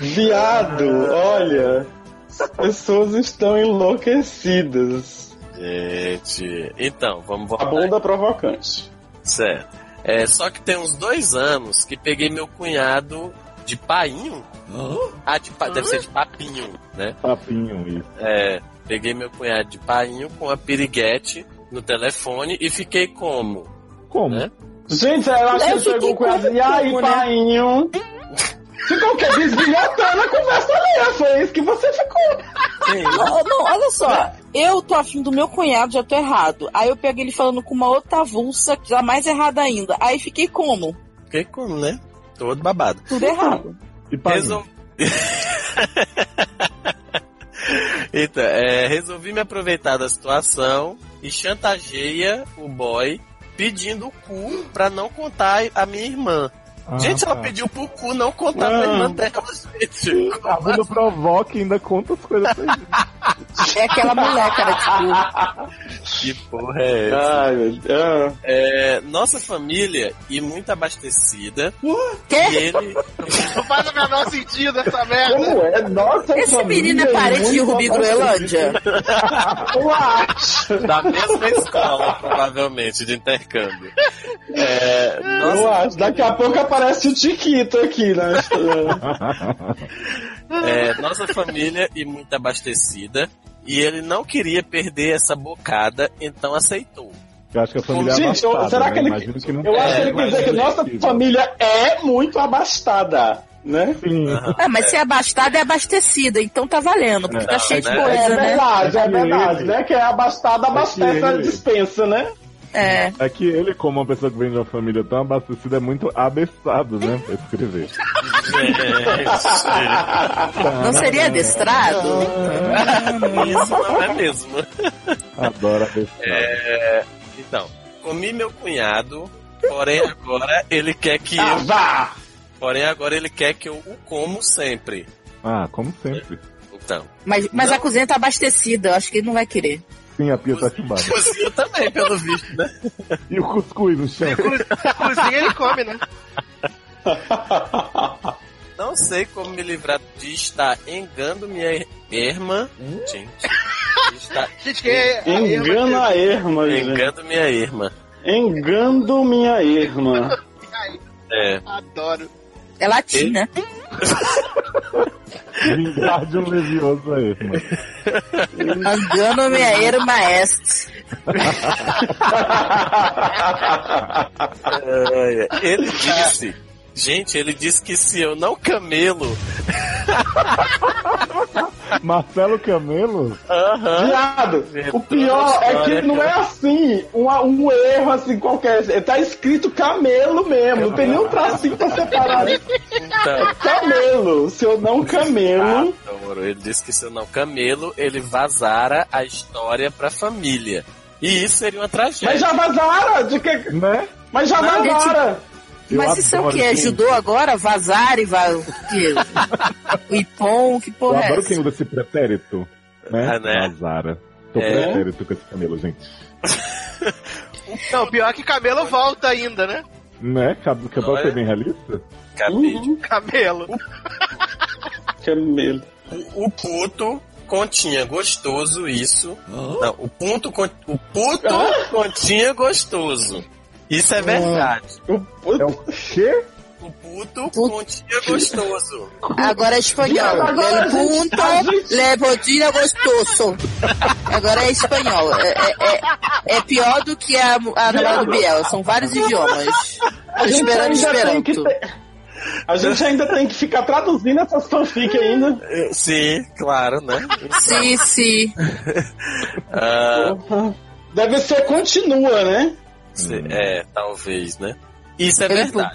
S5: Viado, olha. As pessoas estão enlouquecidas.
S7: Gente, então, vamos
S5: A
S7: voltar.
S5: bunda provocante.
S7: Certo. É, só que tem uns dois anos que peguei meu cunhado de painho. Ah, de pa- deve ser de papinho, né?
S2: Papinho isso.
S7: É, peguei meu cunhado de painho com a piriguete no telefone e fiquei como?
S2: Como?
S7: É?
S5: Gente, eu acho
S6: Eu
S5: que
S6: fiquei
S5: pegou com ela. E aí,
S6: com, né?
S5: painho? Ficou o quê? Desbilhotando a conversa alheia. Foi isso que você ficou.
S6: Não, Ah, oh, não, olha só. Eu tô afim do meu cunhado, já tô errado. Aí eu pego ele falando com uma outra avulsa, já mais errada ainda. Aí fiquei como?
S7: Fiquei como, né? Todo babado.
S6: Tudo errado.
S2: E papinho.
S7: Resol- Eita, é, resolvi me aproveitar da situação e chantageia o boy pedindo o cu pra não contar a minha irmã.
S2: Ah,
S7: gente, ela
S2: tá.
S7: pediu pro cu não contar pra
S2: Não.
S7: irmã dela, gente.
S2: A bunda provoca e ainda conta as coisas pra gente.
S6: É aquela mulher, cara, tipo.
S7: Que porra é essa?
S5: Ai, meu Deus.
S7: É, nossa família e muito abastecida. E
S6: Quê?
S7: ele.
S4: Não faz o menor sentido essa merda.
S5: Como é? Nossa,
S6: Esse
S5: família
S6: menino é parente de
S5: muito
S6: Rubi Groenlândia?
S5: Eu acho.
S7: da mesma escola, provavelmente, de intercâmbio. É, nossa
S5: Eu acho. Daqui a pouco aparece o Tiquito aqui, né?
S7: É, nossa família e muito abastecida. E ele não queria perder essa bocada, então aceitou.
S2: Eu acho que a família é
S5: Gente, eu-
S2: abastada,
S5: será
S2: né?
S5: que ele-
S2: Imagino que não é,
S5: Eu acho que ele quer dizer que nossa família é muito abastada, né?
S2: Sim.
S6: É, mas se é abastada, é abastecida. Então tá valendo, porque tá
S7: Não,
S6: cheio de
S7: né?
S5: É
S6: coisa, né?
S5: verdade, é
S2: É que
S5: verdade,
S2: ele-
S5: né? Que é abastada, abastece a
S2: ele-
S5: dispensa, né?
S6: É.
S2: É que ele, como uma pessoa que vem de uma família tão abastecida, é muito abestado, né? Pra escrever.
S7: Gente,
S6: Ah, Não seria adestrado?
S7: isso não é mesmo.
S2: Adoro abestado.
S7: Então, comi meu cunhado, porém agora ele quer que
S5: Ah,
S7: eu,
S5: vá!
S7: porém agora ele quer que eu o como sempre.
S2: Ah, como sempre.
S7: Então,
S6: Mas, mas
S7: Não.
S6: a cozinha tá abastecida, eu acho que ele não vai querer.
S2: Sim, a pia tá chumbada.
S7: cozinha também, pelo visto, né?
S2: E o cuscuz no chão.
S4: Cozinha ele come, né?
S5: Ah,
S7: Não sei como me livrar de estar engando minha irmã. Gente, está
S4: Gente, que é, a
S5: Engana
S4: irmã
S5: a irmã, gente.
S7: engando minha irmã.
S5: Engando minha irmã.
S7: É,
S4: dele, Adoro.
S6: É latina.
S2: Vingar de um levioso aí, mano.
S6: Angano Meaeiro Maestro.
S7: É, Ele disse. Gente, ele disse que se eu não camelo.
S2: Marcelo Camelo?
S7: Aham.
S5: Viado, o
S7: Verdade,
S5: pior é que não é
S7: cara.
S5: assim, um, um erro assim qualquer. Tá escrito camelo mesmo, não tem nenhum tracinho pra separar.
S7: Então,
S5: Camelo, seu não camelo.
S7: Adoro. então, Ele disse que se eu não camelo, ele vazara a história pra família. E isso seria uma
S5: Mas
S7: tragédia.
S5: já vazara, de que...
S2: Né?
S5: mas já
S6: Não,
S5: vazara.
S2: Eu
S6: Mas isso é o
S2: adoro
S6: que? É
S2: quem-
S6: judô agora? Vazar e vai. O quê? O Ipom? Que
S2: Eu
S6: porra é
S2: adoro
S6: essa?
S2: quem usa esse pretérito. Né?
S7: Ah, né?
S2: Lazara. Tô
S7: É.
S2: pretérito com esse camelo, gente.
S4: Não, pior que camelo volta ainda, né?
S2: Né? Cab- Acabou de
S7: Olha.
S2: ser bem
S5: É
S2: realista?
S7: Acabei de-
S4: Camelo.
S5: Camelo.
S7: O puto continha gostoso isso. Não, o ponto con- o puto continha gostoso. Isso é verdade.
S5: O,
S2: É o quê?
S7: O Tipo, puto, com tia gostoso.
S6: Agora é espanhol.
S7: Agora,
S6: Agora, punto,
S5: tá
S6: levodina gostoso. Agora é espanhol. É, é- é- é pior do que a, a namorada do Biel. São vários idiomas.
S5: A gente
S6: Esperando,
S5: ainda tem
S6: esperando.
S5: que ter- A gente ainda tem que ficar traduzindo essas fanfic ainda.
S7: É, Sim, claro, né?
S6: Sim, sim.
S7: Ah,
S5: Deve ser continua, né?
S7: Se- É, talvez, né? Isso é verdade.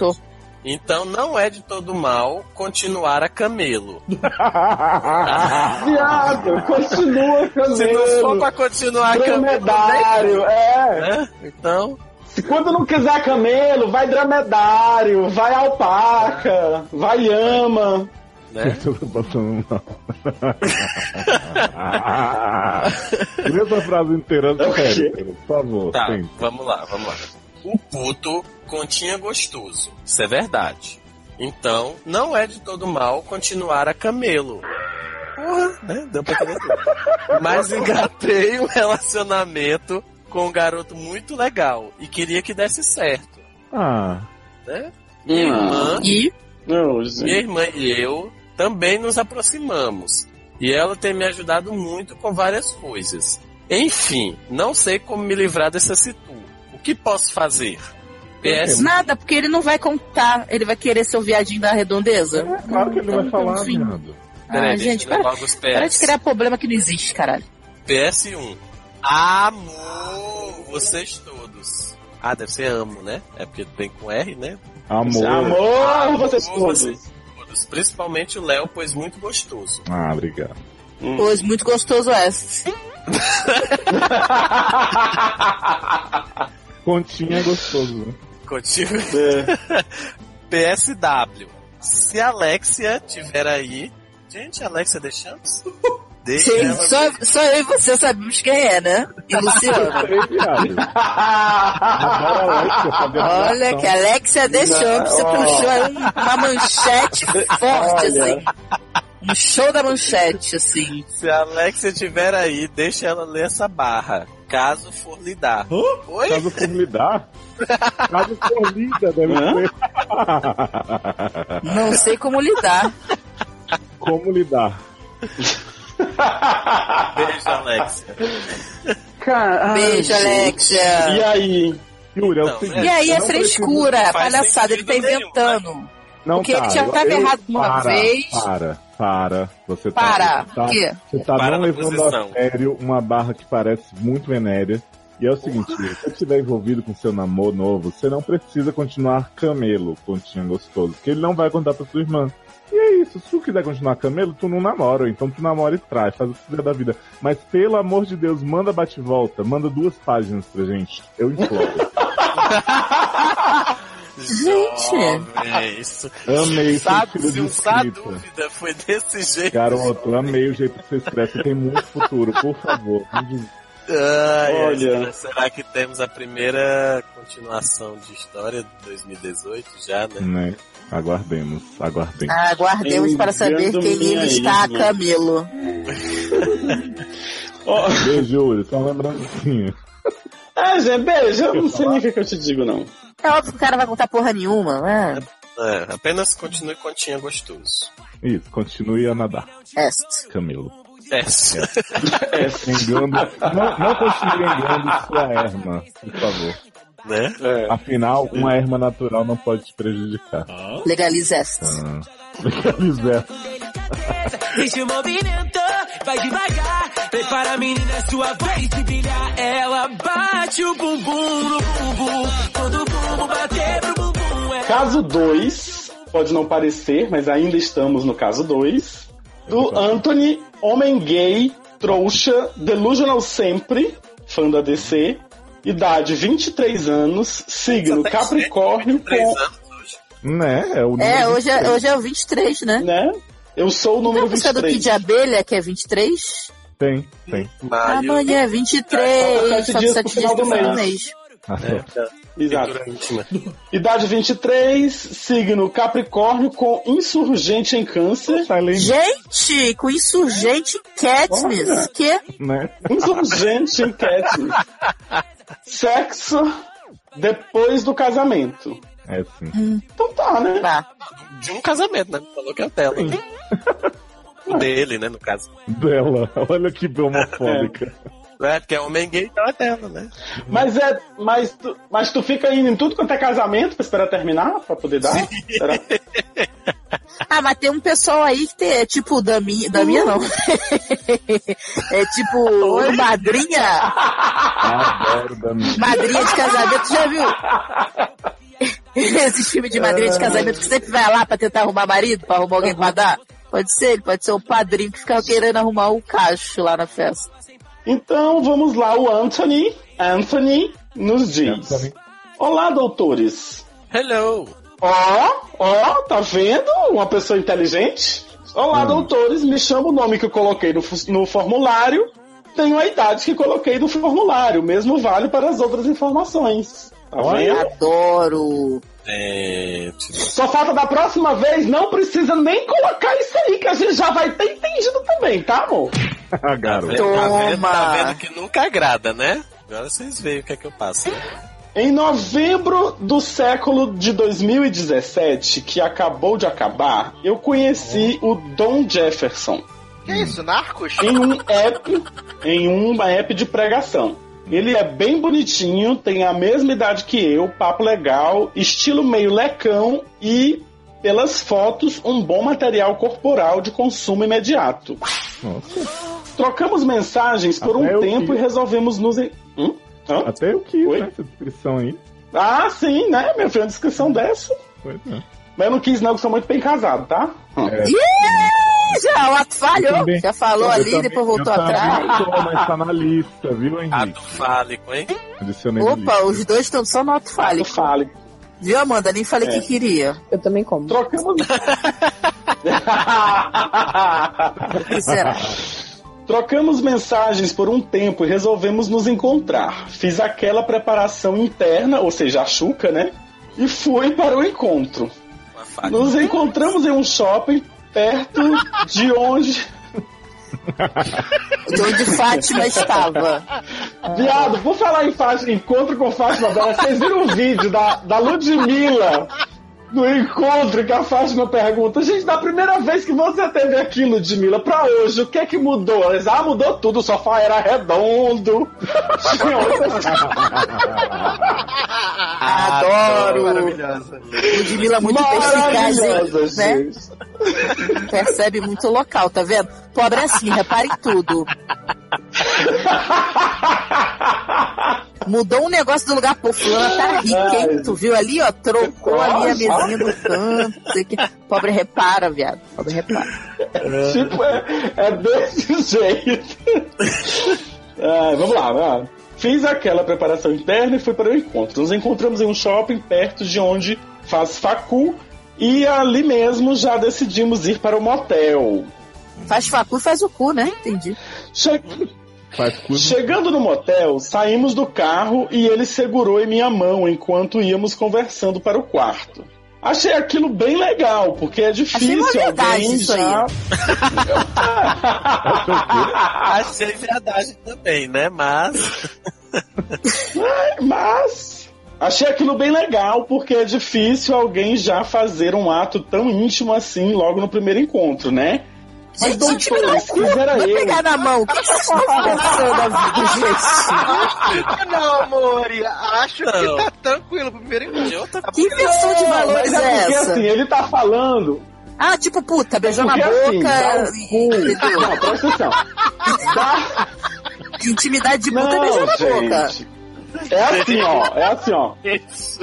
S7: Então não é de todo mal continuar a camelo.
S5: Viado, continua camelo.
S7: Se não for pra continuar a camelo.
S5: Dromedário, é.
S7: né? Então,
S5: Se quando não quiser camelo, vai dromedário, vai alpaca, vai lhama.
S7: né?
S2: Eu tô botando mal. Lê essa frase inteira do Pérez, por favor.
S7: É um Tá,
S2: tenta.
S7: vamos lá, vamos lá. O puto continha gostoso. Isso é verdade. Então, não é de todo mal continuar a camelo. Porra, né? Deu pra entender tudo. Mas engatei um relacionamento com um garoto muito legal e queria que desse certo,
S2: Ah,
S7: né? Minha irmã,
S6: E
S5: Não,
S7: minha
S5: gente.
S7: irmã e eu também nos aproximamos. E ela tem me ajudado muito com várias coisas. Enfim, não sei como me livrar dessa situ. O que posso fazer?
S2: é,
S7: PS,
S6: nada, porque ele não vai contar. Ele vai querer ser o viadinho da redondeza.
S2: é claro que ele vai
S6: Então,
S2: falar,
S6: enfim.
S2: viado.
S6: Ah,
S7: peraí,
S6: gente,
S7: gente,
S6: para,
S7: né? logo os
S6: para de
S7: PS.
S6: criar É problema que não existe, caralho.
S7: PS1. Amor, um. vocês todos. Ah, deve ser amo, né? É porque vem com R, né?
S2: Amor.
S5: Amor, vocês
S7: Amor,
S5: todos.
S7: todos. Principalmente o Léo, pois muito gostoso.
S2: Ah, obrigado.
S6: Pois, muito gostoso é. essa.
S2: Continha é gostoso. né?
S7: Continua.
S5: É.
S7: PSW. Se a Alexia tiver aí. Gente, a Alexia deixamos? Deixa
S6: Sim,
S7: ela.
S6: só, só eu e você sabemos quem é, né? E Luciano.
S2: Ei, viado. Adoro a Alexia, fazer
S6: Olha
S2: relação.
S6: que a Alexia deixou, você puxou aí um- uma manchete forte, assim. Um show da manchete, assim.
S7: Se a Alexia tiver aí, deixa ela ler essa barra. Caso for lidar. Oi?
S2: Caso for lidar. Caso for lida, deve
S5: Hã?
S2: ser.
S6: Não sei como lidar.
S2: Como lidar?
S7: Beijo, Alexia.
S5: Cara,
S6: Beijo,
S5: ai,
S6: Alexia.
S5: E aí?
S2: Júlia, é
S7: Então,
S2: o seguinte.
S6: E aí é
S2: não precisa-
S6: frescura,
S7: não faz
S6: palhaçada, ele tá
S7: sentido nenhum,
S6: inventando.
S2: Não,
S6: Porque ele
S2: tá,
S6: já tava
S2: eu-
S6: errado uma
S2: para,
S6: vez.
S2: Para, para. Você tá-
S6: Para.
S2: você tá,
S6: O quê?
S2: você tá
S7: Para
S2: não
S7: na
S2: levando
S7: posição.
S2: a sério uma barra que parece muito venérea. E é o seguinte, se você estiver envolvido com seu namoro novo, você não precisa continuar camelo, continha gostoso, porque ele não vai contar pra sua irmã. E é isso, se tu quiser continuar camelo, tu não namora, ou então tu namora e traz, faz o que quiser da vida. Mas pelo amor de Deus, manda bate-volta, manda duas páginas pra gente. Eu imploro.
S7: Jovem, isso.
S2: Amei sua
S7: Sabe,
S2: estilo
S7: se
S2: de
S7: usar
S2: escrita.
S7: dúvida foi desse jeito.
S2: Garoto, amei o jeito que você escreve, você tem muito futuro, por favor. me diz.
S7: Ai, ai,
S5: Olha.
S7: será- será que temos a primeira continuação de história de 2018 já, né?
S2: Né? Aguardemos, aguardemos.
S6: Aguardemos
S5: Tem
S6: para saber
S5: vendo
S6: quem
S5: minha
S6: ele está,
S5: isma.
S6: Camilo.
S5: Ó,
S2: Beijo, Júlio, só uma lembrancinha.
S5: é, gente, beijo. Eu não sei nem o que que eu te digo, não.
S6: É óbvio que o cara vai contar porra nenhuma, né?
S7: É, apenas continue continha gostoso.
S2: Isso, continue a nadar,
S6: É.
S2: Camilo.
S7: É.
S2: Engando, não, não continue engando sua erma, por favor.
S7: né?
S5: É.
S2: Afinal, uma erma natural não pode te prejudicar.
S6: Legaliza essa.
S2: Ah, Zé,
S1: Deixa o movimento, vai devagar. Prepara a menina, é sua vez de brilhar. Ela bate o bumbum no bumbum. Quando o bumbum bater pro bumbum, é.
S5: Caso 2, pode não parecer, mas ainda estamos no caso 2, do Anthony, homem gay, trouxa, delusional sempre, fã da DC, idade 23 anos, signo Capricórnio,
S7: Três
S5: com,
S7: anos.
S2: né? É o
S6: É,
S2: nível-
S6: hoje é, hoje é o 23, né?
S5: né? Eu sou o
S6: Não é
S5: número
S6: a música do
S5: 23.
S6: Kid Abelha, que é 23?
S2: Tem, tem.
S7: Maio.
S6: Amanhã é 23,
S5: Sete
S6: só
S5: dias
S6: 7
S5: pro
S6: dias
S5: final
S6: pro
S5: do
S6: final do
S5: mês.
S6: mês.
S7: né?
S5: É. Exato.
S7: Pintura íntima.
S5: Idade 23, signo Capricórnio, com insurgente em câncer.
S2: Silent,
S6: Gente, com insurgente Katniss, que
S2: né?
S5: Insurgente em Catnip. Sexo depois do casamento.
S2: É sim.
S5: Então tá, né?
S7: De um casamento, né? Falou que é dela. O Dele, né, no caso.
S2: Dela, olha que homofóbica.
S7: É, porque é homem gay, então é dela, né?
S5: Mas é. Mas tu, mas tu fica indo em tudo quanto é casamento pra esperar terminar? Pra poder dar? Será?
S6: Ah, mas tem um pessoal aí que tem, é tipo o da minha, da minha não. é tipo, oi, madrinha,
S2: Adoro da minha.
S6: madrinha de casamento, já viu? Esse filme de madrinha
S2: É.
S6: de casamento que sempre vai lá pra tentar arrumar marido, pra arrumar alguém pra dar. Pode ser, ele pode ser o padrinho que fica querendo arrumar o cacho lá na festa.
S5: Então vamos lá, o Anthony. Anthony nos diz. Olá, doutores.
S7: Hello!
S5: Ó, ó, tá vendo? Uma pessoa inteligente. Olá, doutores, me chama o nome que eu coloquei no, fu- no formulário. Tenho a idade que coloquei no formulário. Mesmo vale para as outras informações. Tá vendo?
S6: Adoro.
S7: Gente,
S5: Só falta da próxima vez, não precisa nem colocar isso aí, que a gente já vai ter entendido também, tá, amor?
S2: Ah, garoto.
S7: Tá vendo, tá
S6: Toma.
S7: vendo que nunca agrada, né? Agora vocês veem o que é que eu passo. né?
S5: Em novembro do século de 2017, que acabou de acabar, eu conheci o Don Jefferson
S4: Que é isso, Narcos?
S5: em um app, em uma app de pregação. Ele é bem bonitinho, tem a mesma idade que eu, papo legal, estilo meio lecão e, pelas fotos, um bom material corporal de consumo imediato.
S2: Nossa.
S5: Trocamos mensagens por
S2: Até
S5: um
S2: eu
S5: tempo
S2: vi.
S5: e resolvemos nos. en- Hum? Hã?
S2: Até eu quis,
S5: Oi?
S2: né? Essa descrição aí.
S5: Ah, sim, né? Meu filho, uma descrição dessa.
S2: Pois é.
S5: Mas eu não quis, não, que sou muito bem casado, tá?
S2: É,
S6: Ih, já, o ato
S2: eu
S6: falhou.
S2: também-
S6: Já falou
S2: eu
S6: ali,
S2: também-
S6: depois voltou
S2: eu também
S6: atrás. Ah,
S2: Tô, mas tá na lista, viu, Henrique?
S7: Ato fálico, hein?
S2: Adicionei na
S6: Opa,
S2: lista.
S6: os dois estão só no ato
S5: Fale,
S6: falho.
S5: fale.
S6: Viu, Amanda? Nem falei
S5: É.
S6: que queria.
S8: Eu também como.
S5: Trocamos.
S6: O que será?
S5: Trocamos mensagens por um tempo e resolvemos nos encontrar. Fiz aquela preparação interna, ou seja, a chuca, né? E fui para o encontro.
S7: Uma faca.
S5: Nos encontramos em um shopping perto de onde.
S6: De onde Fátima estava.
S5: Viado, vou falar em Fátima, encontro com Fátima Bela. Vocês viram o vídeo da, da Ludmilla no encontro que a Fátima pergunta: Gente, da primeira vez que você teve aqui, Ludmilla, pra hoje, o que é que mudou? Eles, ah, mudou tudo, o sofá era redondo. Tinha outras
S6: Adoro.
S4: Maravilhosa.
S6: Ludmilla muito perspicaz,
S5: maravilhosas,
S6: hein?
S5: gente.
S6: Né? Percebe muito o local, tá vendo? Pobre é assim, repare em tudo. Mudou um negócio do lugar, pô, fulana tá rica, hein? Tu viu ali, ó, trocou ali a mesinha do canto. sei que- Pobre repara, viado. Pobre repara.
S5: Tipo, é, é desse jeito. Ah, vamos lá, vamos lá. Fiz aquela preparação interna e fui para o encontro. Nos encontramos em um shopping perto de onde faz facu e ali mesmo já decidimos ir para o motel.
S6: Faz facu e faz o cu, né? Entendi.
S5: Che-
S2: Faz curso.
S5: Chegando no motel, saímos do carro e ele segurou em minha mão enquanto íamos conversando para o quarto. Achei aquilo bem legal, porque é difícil
S6: uma verdade
S5: alguém
S6: isso
S5: já.
S7: Achei é verdade também, né? Mas.
S5: Mas achei aquilo bem legal, porque é difícil alguém já fazer um ato tão íntimo assim logo no primeiro encontro, né? Mas,
S6: Gente, me dá
S5: doutores,
S6: o cu.
S5: quisera
S6: Vai
S5: eu.
S6: pegar na mão. O que que vocês estão pensando, amigo,
S5: é
S6: gente?
S4: Ah, Não, Mori, acho
S7: Não.
S4: que tá tranquilo pro primeiro encontro.
S7: De outra
S6: Que inversão de valores
S5: Mas
S6: é
S5: é porque
S6: essa?
S5: assim, ele tá falando.
S6: Ah, tipo, puta, beijou na
S5: porque
S6: boca.
S5: assim, dá o
S6: e-
S5: cu. Não, presta atenção. Dá-
S6: Que Intimidade de puta é beijar na
S5: Não,
S6: boca.
S5: gente. É assim, ó. É assim, ó.
S7: vez.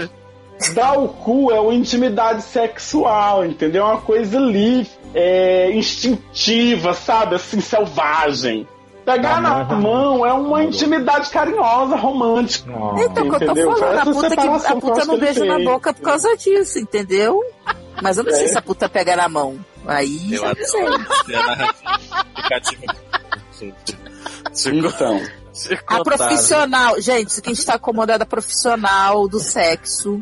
S5: Dar o cu é uma intimidade sexual, entendeu? É uma coisa ali, é, instintiva, sabe? Assim, selvagem. Pegar na
S2: Ah,
S5: mão é uma intimidade carinhosa, romântica.
S2: Nossa.
S6: Então, o que eu tô
S5: Entendeu?
S6: falando, a
S5: Essa
S6: puta, que, a
S5: separação que eu
S6: puta
S5: acho
S6: não
S5: que ele
S6: beija na
S5: fez.
S6: boca por causa disso, entendeu? Mas eu não sei
S5: É.
S6: se a puta pega na mão. Aí,
S7: Eu
S6: já não sei.
S7: adoro ser a é narrativa explicativa. Gente, se co-
S5: Então,
S7: se
S6: A
S7: contar,
S6: profissional, gente, isso que a gente tá incomodada, a profissional do sexo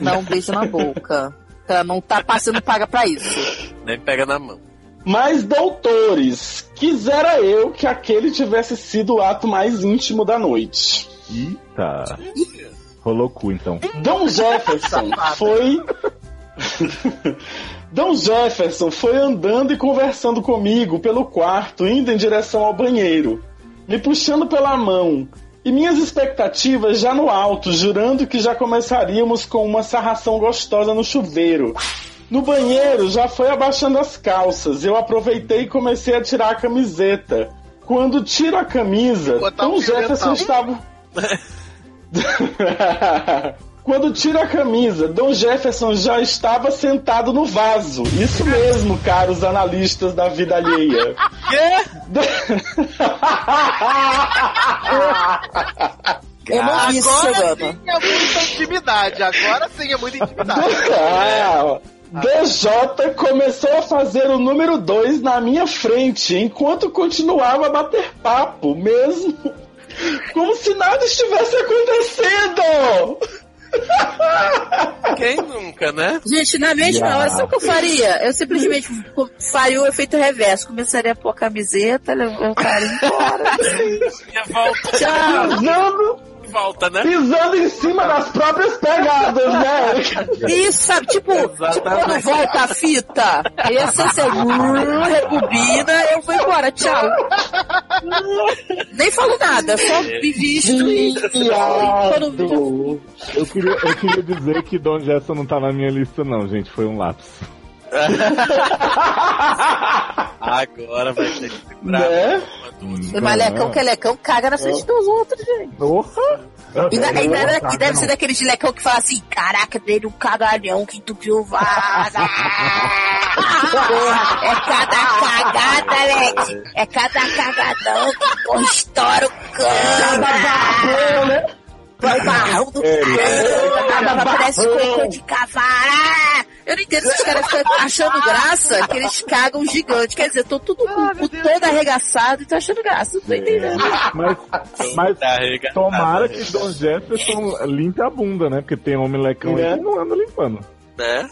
S6: não beija na boca. Ela não tá passando paga pra isso.
S7: Nem pega na mão.
S5: mas doutores, quisera eu que aquele tivesse sido o ato mais íntimo da noite.
S2: Ah, Eita. Rolou cu, então.
S5: Dom Jefferson foi. Dom Jefferson foi andando e conversando comigo pelo quarto, indo em direção ao banheiro, me puxando pela mão. E minhas expectativas já no alto, jurando que já começaríamos com uma sarração gostosa no chuveiro. No banheiro já foi abaixando as calças. Eu aproveitei e comecei a tirar a camiseta. Quando tiro a camisa,
S4: Botar
S5: Dom
S4: um
S5: Jefferson
S4: pimentão.
S5: estava. Quando tiro a camisa, Dom Jefferson já estava sentado no vaso. Isso mesmo, caros analistas da vida alheia.
S6: Eu não vi isso
S4: agora
S6: chegando.
S4: sim é muita intimidade. Agora sim é muita intimidade.
S5: Ah, ó. DJ começou a fazer o número 2 na minha frente, enquanto continuava a bater papo, mesmo como se nada estivesse acontecendo.
S7: Quem nunca, né?
S6: Gente, na mesma
S2: Yeah.
S6: hora, sabe o que eu faria? Eu simplesmente co- faria o efeito reverso. Começaria a pôr a camiseta, levantaria embora.
S7: E volta,
S6: Tchau!
S5: Pisando,
S7: e volta, né?
S5: pisando em cima das próprias pegadas, né?
S6: Isso, sabe? Tipo, tipo quando volta a fita. Ia ser assim, uh, rebobina, eu vou embora, tchau. Nem falo nada, só me visto e... Quando-
S5: Viado.
S2: Eu queria, eu queria dizer que Dom Jefferson não tá na minha lista, não, gente. Foi um lápis.
S7: Agora vai ter que segurar.
S5: Né?
S6: E Malecão que é lecão, caga na frente dos outros, gente.
S2: Porra!
S6: E, da- e da- e deve ser daquele de lecão que fala assim, caraca, dele um cagalhão que entupiu o vaso. Porra, é cada cagada, Alex. É cada cagadão que porra, estoura o cano.
S5: Pô, né?
S6: Vai o barrão do caramba, parece cocô de cavalo. Eu não entendo esses caras ficam achando graça que eles cagam gigante. Quer dizer, tô tudo com o cu todo arregaçado e tô achando graça.
S2: É.
S6: Não tô entendendo.
S2: Mas, mas
S7: Tá arregaçado.
S2: tomara que Dom Jefferson limpe a bunda, né? Porque tem homem lecão aí que não anda limpando.
S7: Né?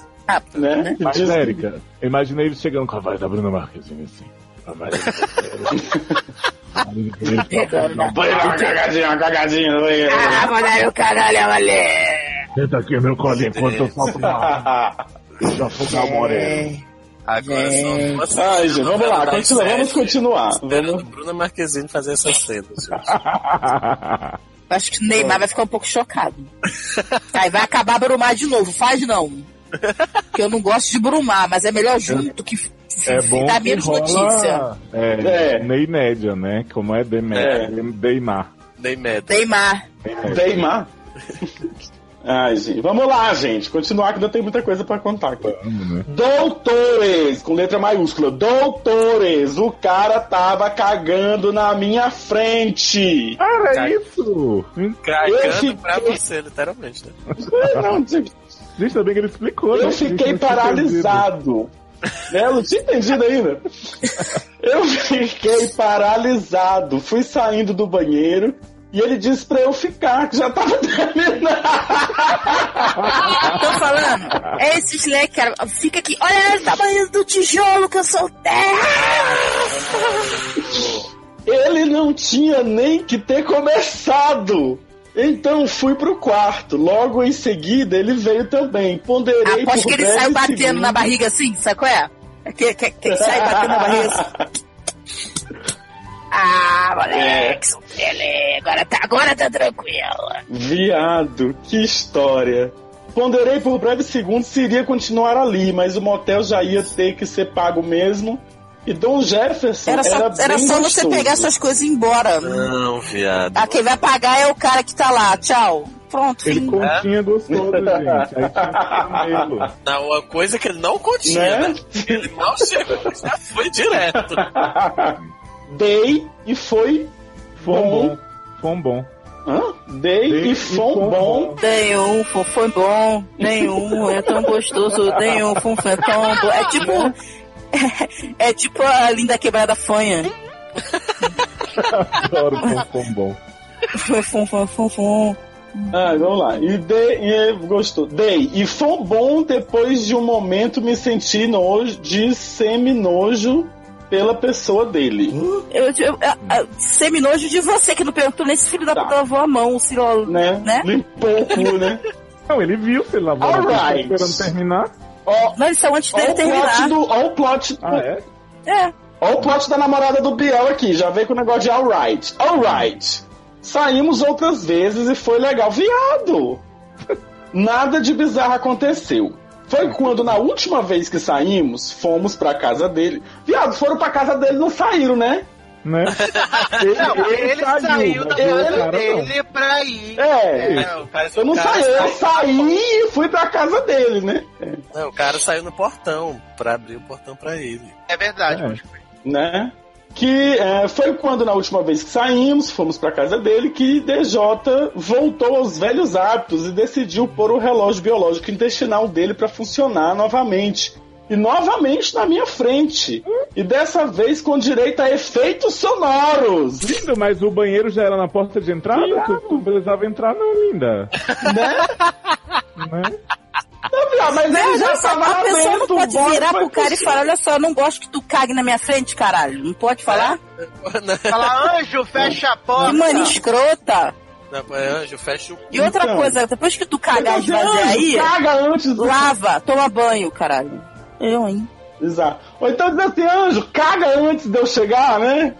S5: Né?
S2: Mas,
S5: Diz-
S2: Érica, eu imaginei ele chegando com a voz da Bruna Marquezine assim. A voz da Bruna Marquezine.
S5: Banheiro, uma cagadinha, uma cagadinha. no banheiro.
S6: Ah, vou dar meu caralho, Alex.
S2: Senta aqui no meu colo enquanto eu solto
S6: É.
S2: uma
S5: Ah,
S2: Já focar o moreno.
S7: Agora são duas
S5: Ai, gente, vamos lá, continua, vamos continuar.
S7: Esperando Bruna Marquezine fazer essa cena, gente.
S6: Acho que o Neymar vai ficar um pouco chocado. Aí vai acabar Brumar de novo. Faz não. Porque eu não gosto de Brumar, mas é melhor junto que f-
S2: É bom
S6: dá
S2: que
S6: Tá menos notícia.
S2: rola... É,
S5: É.
S2: Ney Média, né? Como é Demédia, Deimar.
S7: Nem medo.
S6: Neymar.
S5: Deimar. Ai, gente. Vamos lá, gente. Continuar que ainda tem muita coisa pra contar aqui.
S2: né?
S5: Doutores, com letra maiúscula. Doutores, o cara tava cagando na minha frente.
S2: Cara, é
S6: Tá.
S7: Cara,
S2: isso!
S5: Eu
S7: Cagando
S5: fiquei-
S7: pra você, literalmente, né?
S5: Ai, não, gente,
S2: Gente, também que ele explicou. né?
S5: eu
S2: Gente, eu
S5: fiquei
S2: não tinha
S5: paralisado. Né? Eu não tinha entendido ainda. Eu fiquei paralisado. Fui saindo do banheiro e ele disse pra eu ficar, que já tava terminando.
S6: Tô falando. É esse moleque, cara. Fica aqui. Olha o tamanho do tijolo que eu soltei.
S5: Ele não tinha nem que ter começado. Então fui pro quarto. Logo em seguida ele veio também. Ponderei
S6: Aposto
S5: por
S6: Ah, que ele
S5: 10
S6: saiu batendo
S5: segundos.
S6: na barriga assim, sabe qual é? Que, que, que sai batendo na barriga assim. Ah, Alex, ele, agora tá, agora tá tranquilo.
S5: Viado, que história. Ponderei por breves segundos se iria continuar ali, mas o motel já ia ter que ser pago mesmo. E Dom Jefferson
S6: Era
S5: era,
S6: só, era
S5: bem
S6: só você
S5: gostoso.
S6: pegar suas coisas e ir embora.
S7: Não, viado.
S6: Ah, quem vai pagar é o cara que tá lá. Tchau. Pronto,
S2: Ele
S6: fim.
S2: continha gostoso, gente. Aí tinha um camelo.
S7: Não, Tá uma coisa que ele não continha, né?
S5: Né?
S7: Ele mal chegou, já foi direto.
S5: Dei e foi
S2: Fombom. Fombom.
S5: Hã? Dei,
S2: Dei
S5: e
S2: e
S5: foi um
S2: foi um
S5: bom.
S6: Nenhum fo- foi bom, nenhum é tão gostoso, nenhum funfo é tão bom. É tipo. É, tipo a linda quebrada fanha.
S2: Adoro com fombom.
S6: Foi fum, fum, fum, fum.
S5: Ah, vamos lá. E dei, e gostou. Dei. E foi bom depois de um momento me senti nojo, de semi-nojo pela pessoa dele.
S6: Eu, eu, eu, eu seminojo de você que não perguntou nesse filho da puta lavou a mão, o Cirolo.
S5: Né?
S6: né?
S5: Limpou o cu, né?
S2: Não, ele viu, se ele lavou a mão, tá
S5: Alright.
S2: esperando terminar.
S5: Ó,
S6: Não, isso é antes
S5: ó
S6: dele
S5: o plot
S6: terminar.
S5: do. Ó o plot.
S2: Ah, é?
S6: É.
S5: Ó o plot da namorada do Biel aqui, já veio com o negócio de alright. Alright. Saímos outras vezes e foi legal. Viado! Nada de bizarro aconteceu. Foi quando, na última vez que saímos, fomos pra casa dele. Viado, foram pra casa dele não saíram, né?
S2: Né?
S4: Não, ele, saiu da
S2: mas
S4: casa
S2: o né? é cara não.
S4: dele pra ir. um
S5: É.
S7: Não, parece
S5: Eu não
S7: que o cara
S5: saí, eu
S7: saiu-
S5: saí e fui pra casa dele, né?
S7: Não, o cara saiu no portão pra abrir o portão pra ele.
S4: É verdade.
S2: É.
S4: mas-
S5: né? Que é, foi quando, na última vez que saímos, fomos pra casa dele, que DJ voltou aos velhos hábitos e decidiu pôr o relógio biológico intestinal dele pra funcionar novamente. E novamente na minha frente. E dessa vez com direito a efeitos sonoros.
S2: Linda, mas o banheiro já era na porta de entrada? Tu, tu não precisava entrar, não, linda.
S5: Não,
S2: Né?
S5: viado, Então, ah, mas ele já
S6: Só
S5: tava
S6: a
S5: lá
S6: pessoa não
S5: dentro,
S6: pode
S5: bora,
S6: virar
S5: foi
S6: pro cara e falar, olha só, eu não gosto que tu cague na minha frente, caralho. Não pode falar?
S7: Né?
S4: Fala, anjo, fecha a porta.
S6: Que mano escrota.
S7: Não, é, Anjo, fecha o.
S6: E outra
S5: Então.
S6: coisa, depois que tu cagar de
S5: Meu Deus,
S6: fazer aí,
S5: Caga antes do
S6: lava, toma banho, caralho. Eu, hein?
S5: Exato. Ou então diz assim, anjo, caga antes de eu chegar, né?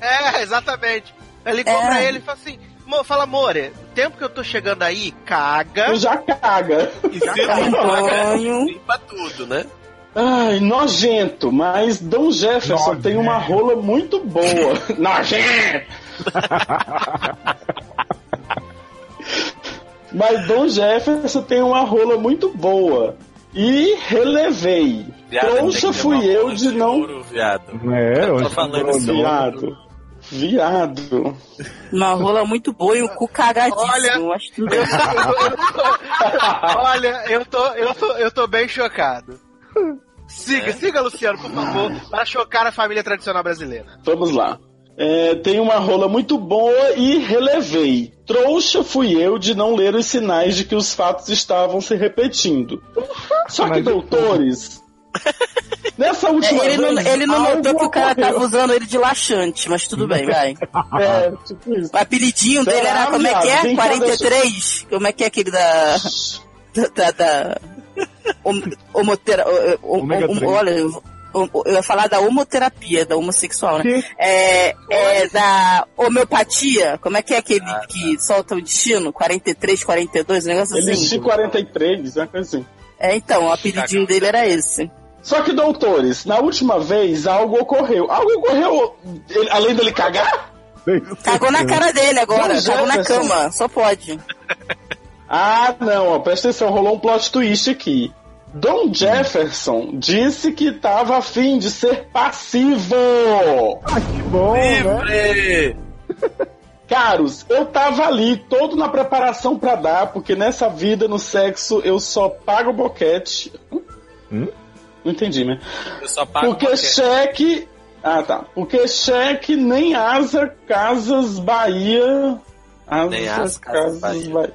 S4: É, exatamente. Ele ligou
S6: É.
S4: pra ele e fala assim: "Mo- fala, More, o tempo que eu tô chegando aí, caga.
S5: Tu já caga.
S7: E
S5: tá
S7: vira
S6: Toma banho.
S7: limpa tudo, né?
S5: Ai, nojento, mas Dom Jefferson
S2: Nojento.
S5: tem uma rola muito boa. nojento! mas Dom Jefferson tem uma rola muito boa. E relevei.
S7: Viado, tem
S5: Trouxa
S7: que ter uma
S5: fui eu
S7: bola
S5: de não.
S7: Ouro, viado.
S2: É,
S7: Eu tô
S2: eu
S7: falando
S2: acho que
S7: assim,
S5: Viado. Viado.
S6: Uma rola muito boa e o cu cagadíssimo.
S4: Olha.
S6: Eu acho tudo
S4: Olha, eu tô, eu tô, eu tô bem chocado. Siga,
S6: É.
S4: siga, Luciano, por favor, para chocar a família tradicional brasileira.
S5: Vamos lá. É, tem uma rola muito boa e relevei. Trouxa fui eu de não ler os sinais de que os fatos estavam se repetindo. Só que,
S2: Uhum. Mas eu-
S5: doutores, nessa última
S6: Ele não,
S5: vez,
S6: ele não
S5: algo
S6: notou que o cara
S5: ocorreu.
S6: tava usando ele de laxante, mas tudo bem, vai.
S5: É, tipo isso.
S6: O apelidinho dele era, como é que é? 43? Como é que é aquele da... da, da, da hom- homotera, o- o-
S2: Ômega
S6: hom-
S2: três.
S6: olha, eu- eu ia falar da homoterapia, da homossexual, né?
S2: Que?
S6: É, é da homeopatia, como é que é aquele
S5: Ah,
S6: que solta o destino? 43, 42, um negócio
S5: tá. Ele
S6: assim.
S5: tinha 43, né? coisa assim.
S6: É, então, o apelidinho dele era esse.
S5: Só que, doutores, na última vez algo ocorreu. Algo ocorreu, ele- além dele cagar?
S6: Cagou
S2: assim,
S6: na
S2: né?
S6: cara dele agora,
S5: Não,
S6: cagou na
S5: Jefferson.
S6: cama, só pode.
S5: Ah, não, ó, presta atenção, rolou um plot twist aqui. Dom Jefferson disse que tava afim de ser passivo.
S2: Que bom, né?
S7: Livre!
S5: Caros, eu tava ali todo na preparação pra dar, porque nessa vida, no sexo, eu só pago boquete.
S2: Hum?
S5: Não entendi, né?
S7: Eu só pago
S5: porque
S7: qualquer-
S5: cheque. Ah, tá. Porque cheque nem asa Casas Bahia. Asa,
S7: Nem
S5: Casas
S7: Asa, Casas Bahia.
S5: Bahia.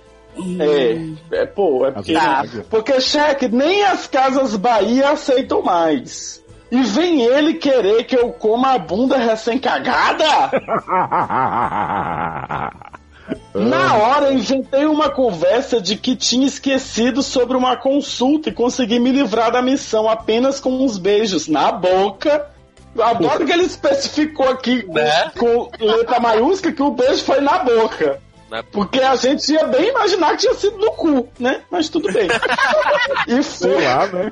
S5: É, é, pô, é porque.
S6: Tá.
S5: Porque cheque, nem as Casas Bahia aceitam mais. E vem ele querer que eu coma a bunda recém-cagada? Na hora, eu inventei uma conversa de que tinha esquecido sobre uma consulta e consegui me livrar da missão apenas com uns beijos na boca. Adoro que ele especificou aqui com-
S7: Né?
S5: com letra maiúscula que o beijo foi na boca.
S7: Na-
S5: Porque a gente ia bem imaginar que tinha sido no cu, né? Mas tudo bem. e
S2: Sei
S5: fui,
S2: lá, né?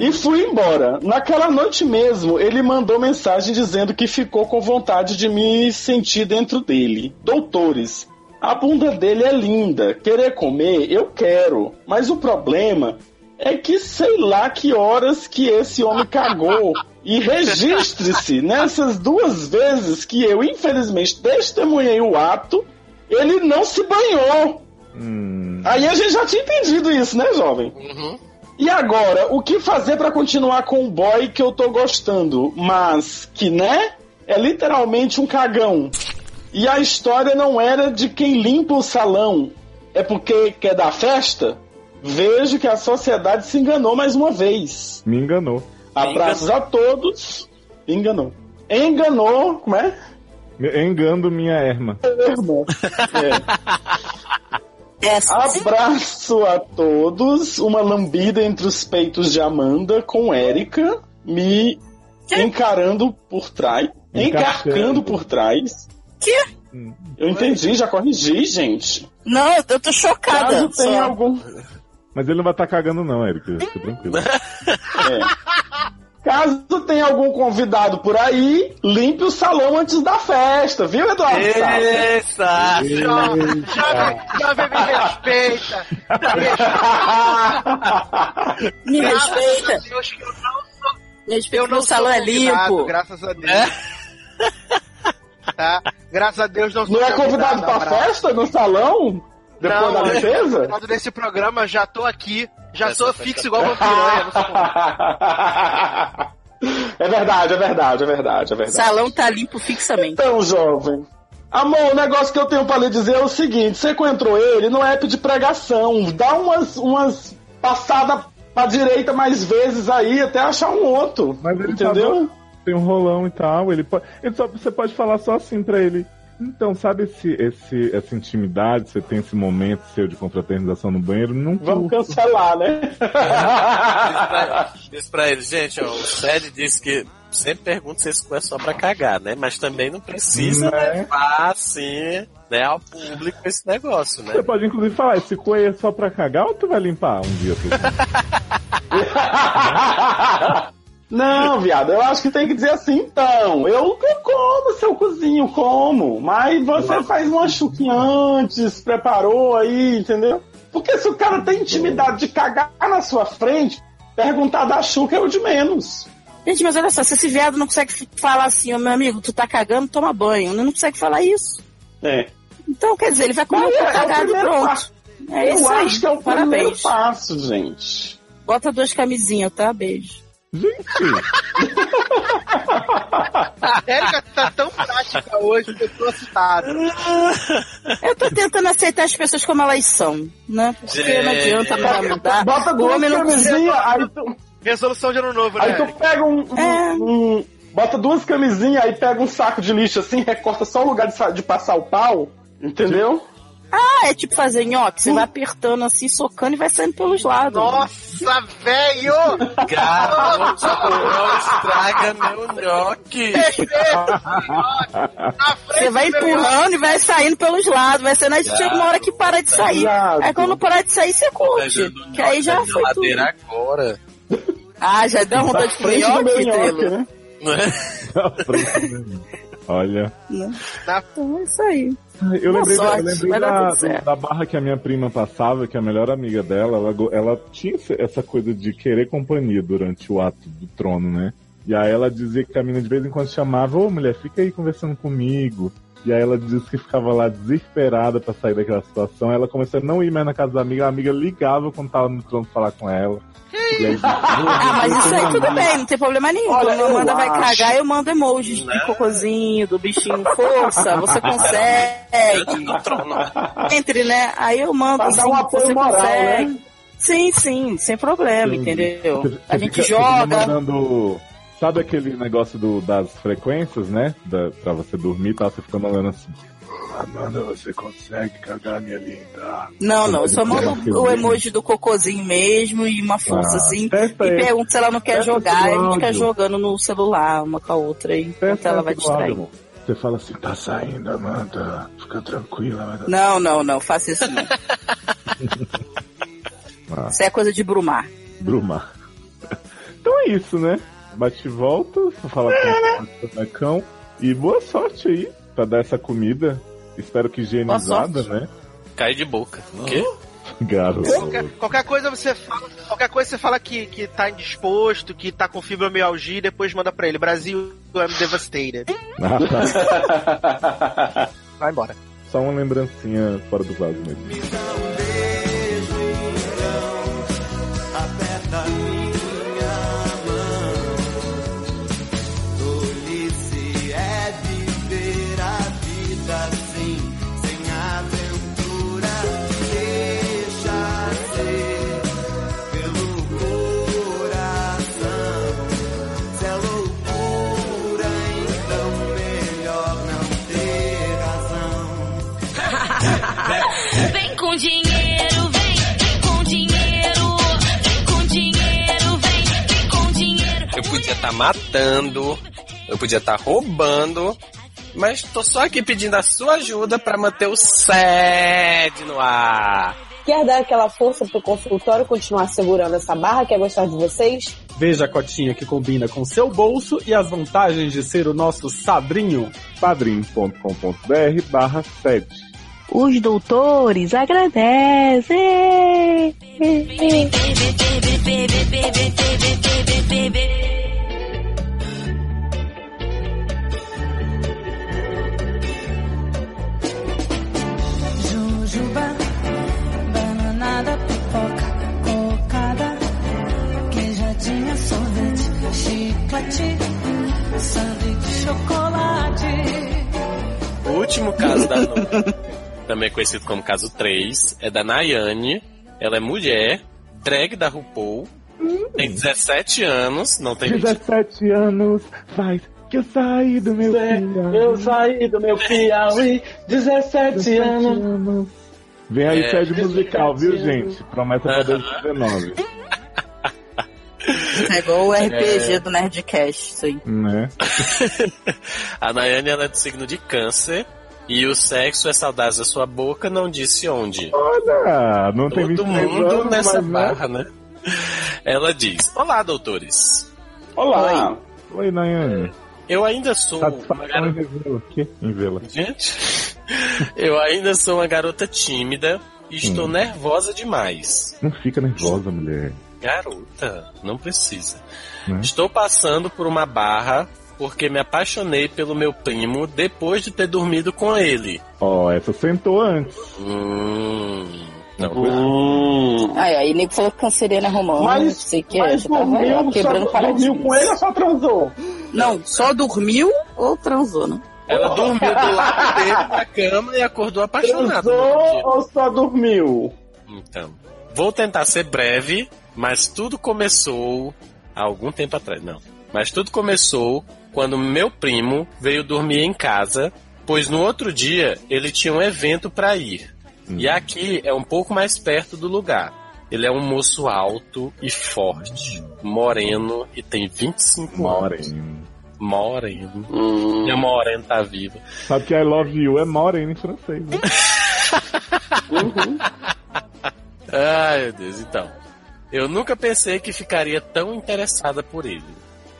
S5: e fui embora. Naquela noite mesmo, ele mandou mensagem dizendo que ficou com vontade de me sentir dentro dele. Doutores, a bunda dele é linda. Querer comer, eu quero. Mas o problema é que sei lá que horas que esse homem cagou. E registre-se nessas duas vezes que eu, infelizmente, testemunhei o ato, ele não se banhou.
S2: Hum,
S5: Aí a gente já tinha entendido isso, né, jovem?
S7: Uhum.
S5: E agora, o que fazer pra continuar com o boy que eu tô gostando, mas que, né? É literalmente um cagão. E a história não era de quem limpa o salão, é porque quer dar festa? Vejo que a sociedade se enganou mais uma vez.
S2: me enganou.
S5: Abraços a todos. Enganou. Enganou, como é?
S2: Engando minha erma.
S5: Irmão. É. Abraço a todos. Uma lambida entre os peitos de Amanda com Érica me encarando por trás.
S2: Encarcando.
S5: Encarcando por trás.
S6: Que?
S5: Eu entendi, já corrigi, gente.
S6: Não, eu- eu tô chocada.
S5: Caso tenha algum.
S2: Mas ele não vai estar cagando, não, Eric. Fica tranquilo.
S5: É. Caso tenha algum convidado por aí, limpe o salão antes da festa, viu, Eduardo? Sá?
S4: Essa! Jovem, jovem, jovem, me respeita! Me respeita!
S6: Me
S4: Graças
S6: respeita.
S4: a Deus que eu não sou-
S6: Me respeita
S4: eu
S6: que
S4: não
S6: meu
S4: sou
S6: salão é
S4: convidado,
S6: limpo. É?
S4: Graças a Deus. Tá? Graças a Deus não sou
S5: Não é convidado pra
S4: abraço.
S5: festa no salão? Depois
S4: Não, é.
S5: da
S4: eu-
S5: limpeza?
S4: Convidado nesse programa, já tô aqui, já
S7: Essa
S4: sou
S7: festa-
S4: fixo igual uma piranha. não sou convidado.
S5: é verdade, é verdade, é verdade, é verdade.
S6: Salão tá limpo fixamente.
S5: Então, jovem. Amor, o negócio que eu tenho pra lhe dizer é o seguinte: você encontrou ele, não é pedir pregação. Dá umas, umas passadas pra direita mais vezes aí até achar um outro.
S2: Mas ele tá
S5: entendeu?
S2: Tem um rolão e tal. Ele pode, ele só, você pode falar só assim pra ele. Então, sabe esse, esse, essa intimidade, você tem esse momento seu de confraternização no banheiro? Não
S5: Vamos
S2: curto.
S5: cancelar, né?
S7: Diz pra ele, gente, ó, o Fred disse que sempre pergunta se esse cu é só pra cagar, né? Mas também não precisa
S2: Né?
S7: levar, assim, né, ao público esse negócio, né?
S2: Você pode inclusive falar, esse cu aí é só pra cagar ou tu vai limpar um dia? tu?
S5: Não, viado, eu acho que tem que dizer assim, então. Eu como seu cozinho, como. Mas você faz uma chuquinha antes, preparou aí, entendeu? Porque se o cara tem intimidade de cagar na sua frente, perguntar da chuca é o de menos.
S6: Gente, mas olha só, se esse viado não consegue fi- falar assim, ô meu amigo, tu tá cagando, toma banho. Ele não consegue falar isso.
S5: É.
S6: Então, quer dizer, ele vai comer
S5: Mas
S6: o
S5: é,
S6: cu
S5: é o
S6: cagado e
S5: primeiro
S6: pronto.
S5: passo.
S6: É
S5: eu
S6: isso aí.
S5: acho que é o primeiro
S6: Parabéns.
S5: passo, gente.
S6: Bota duas camisinhas, tá? Beijo.
S2: Gente,
S4: A Érica tá tão prática hoje que eu tô assustado.
S6: Eu tô tentando aceitar as pessoas como elas são, né? Porque não adianta pra mudar.
S5: Bota
S6: O
S5: duas
S6: homem não
S5: camisinhas, aí tu,
S4: Resolução de ano novo, né?
S5: Aí tu
S4: Érica?
S5: pega um. um-
S6: É.
S5: um- bota duas camisinhas, aí pega um saco de lixo assim, recorta só o lugar de, sa- de passar o pau, entendeu?
S6: Ah, é tipo fazer nhoque. Você vai apertando assim, socando e vai saindo pelos lados.
S4: Nossa, velho!
S7: Garoto, não estraga meu nhoque. Tá
S4: Na frente
S6: Você vai
S4: do meu
S6: empurrando e vai saindo pelos lados. Vai saindo, aí chega uma hora que para de sair.
S5: Exato.
S6: Aí quando parar de sair, você curte.
S7: Pegando
S6: Que aí
S7: nhoque
S6: já
S7: na
S6: foi tudo.
S7: geladeira agora.
S6: Ah, já deu uma vontade de comer
S5: Frente do meu
S6: nhoque,
S5: nhoque,
S6: Telo?
S5: né?
S7: Não é?
S2: tá pronto. Olha.
S6: Então é isso aí.
S2: Ai, Eu
S6: Boa
S2: lembrei, da-
S6: sorte,
S2: eu lembrei
S6: vai dar
S2: da,
S6: tudo certo.
S2: da barra que a minha prima passava, que é a melhor amiga dela, ela, go- ela tinha esse- essa coisa de querer companhia durante o ato do trono, né? E aí ela dizia que a mina de vez em quando chamava, ô mulher, fica aí conversando comigo. E aí ela disse que ficava lá desesperada pra sair daquela situação. Ela começou a não ir mais na casa da amiga, a amiga ligava quando tava no trono falar com ela. E aí,
S6: Ah, mas isso aí tudo bem, não tem problema nenhum.
S5: Olha,
S6: Quando a
S5: eu
S6: Amanda vai
S5: acho-
S6: cagar, eu mando emojis de cocôzinho, do bichinho força, você consegue.
S7: No trono.
S6: Entre, né? Aí eu mando
S5: Pra
S6: assim,
S5: dar um apoio
S6: você
S5: moral,
S6: consegue.
S5: né?
S6: Sim, sim, sem problema,
S2: Sim.
S6: entendeu?
S2: Você- você
S6: A
S2: fica- você fica
S6: gente joga.
S2: mandando- sabe aquele negócio do- das frequências, né? Da, pra você dormir e tal, você fica mandando assim. Amanda, você consegue cagar minha linda.
S6: Não, não, eu só
S2: Você
S6: mando
S2: fica-
S6: o emoji do cocôzinho mesmo e uma força assim.
S2: Ah, testa
S6: E
S2: esse,
S6: pergunta se ela não quer
S2: Testa
S6: jogar,
S2: esse
S6: e a gente fica
S2: áudio.
S6: jogando no celular uma com a outra aí, enquanto
S2: testa
S6: ela
S2: esse
S6: vai
S2: do
S6: distrair.
S2: áudio. Você fala assim, tá saindo, Amanda. Fica tranquila, Amanda.
S6: Não, não, não, faça isso não.
S2: Ah,
S6: Isso é coisa de brumar.
S2: Bruma. Então é isso, né? Bate e volta, vou falar com o Macão. E boa sorte aí pra dar essa comida. Espero que higienizada, né?
S7: Cai de boca. O quê?
S2: Garoto.
S4: Qualquer, qualquer coisa você fala, qualquer coisa você fala que, que tá indisposto, que tá com fibromialgia e depois manda pra ele. Brasil, I'm devastated.
S2: Ah, tá.
S4: Vai embora.
S2: Só uma lembrancinha fora do vaso mesmo.
S1: Pelo coração, se é loucura.
S10: com dinheiro, vem, vem com dinheiro, vem com dinheiro, vem, vem com dinheiro.
S7: Eu podia estar matando, eu podia estar roubando, mas tô só aqui pedindo a sua ajuda pra manter o sede no ar.
S8: Quer dar aquela força pro consultório continuar segurando essa barra? Quer gostar de vocês?
S11: Veja a cotinha que combina com seu bolso e as vantagens de ser o nosso sadrinho.
S2: padrim.com.br barra sede.
S12: Os doutores agradecem.
S9: Jujuba, bananada, pipoca, cocada, queijadinha, sorvete, chiclete, sanduíche, chocolate.
S7: O último caso da noite, também conhecido como caso 3, é da Nayane. Ela é mulher, drag da RuPaul, tem 17 anos, não tem 20.
S2: 17 anos faz que eu saí do meu Piauí.
S5: Eu saí do meu Piauí, 17 anos.
S2: Vem aí,
S5: É.
S2: sede musical, viu, gente? Promessa pra 2019.
S13: É igual o RPG
S7: É.
S13: do Nerdcast, isso aí.
S2: Né?
S7: A Nayane ela é do signo de câncer. E o sexo é saudades da sua boca, não disse onde.
S2: Olha, não tem
S7: Todo
S2: 23
S7: mundo
S2: anos,
S7: nessa
S2: mas, né?
S7: barra, né? Ela diz: Olá, doutores.
S5: Olá.
S2: Oi, Nayane.
S7: Eu ainda sou uma
S2: Em
S7: garota.
S2: vê-la aqui, em vê-la.
S7: Gente, eu ainda sou uma garota tímida e estou
S2: Hum.
S7: nervosa demais.
S2: Não fica nervosa, mulher.
S7: Garota, não precisa.
S2: Né?
S7: Estou passando por uma barra porque me apaixonei pelo meu primo depois de ter dormido com ele.
S2: Ó, essa sentou antes.
S7: Hum. Não,
S6: Hum.
S13: Aí, aí nego falou que canceriana é romano,
S2: Mas-
S13: não sei o que é.
S2: mas
S13: Já tava
S2: dormiu,
S13: lá,
S2: só
S13: quebrando
S2: dormiu
S13: paradigmas.
S2: com ele ou
S5: só transou?
S13: Não, só dormiu ou transou, né?
S7: Ela dormiu do lado dele na cama e acordou apaixonada.
S5: Transou ou só dormiu?
S7: Então, vou tentar ser breve, mas tudo começou há algum tempo atrás, não. Mas tudo começou quando meu primo veio dormir em casa, pois no outro dia ele tinha um evento para ir.
S2: assim. Hum.
S7: E aqui é um pouco mais perto do lugar. Ele é um moço alto e forte, moreno e tem 25
S2: Moreno.
S7: anos. Moreno. Minha moreno tá viva.
S2: Sabe que I love you é morena em francês, né?
S7: Ai, meu Deus, então. Eu nunca pensei que ficaria tão interessada por ele.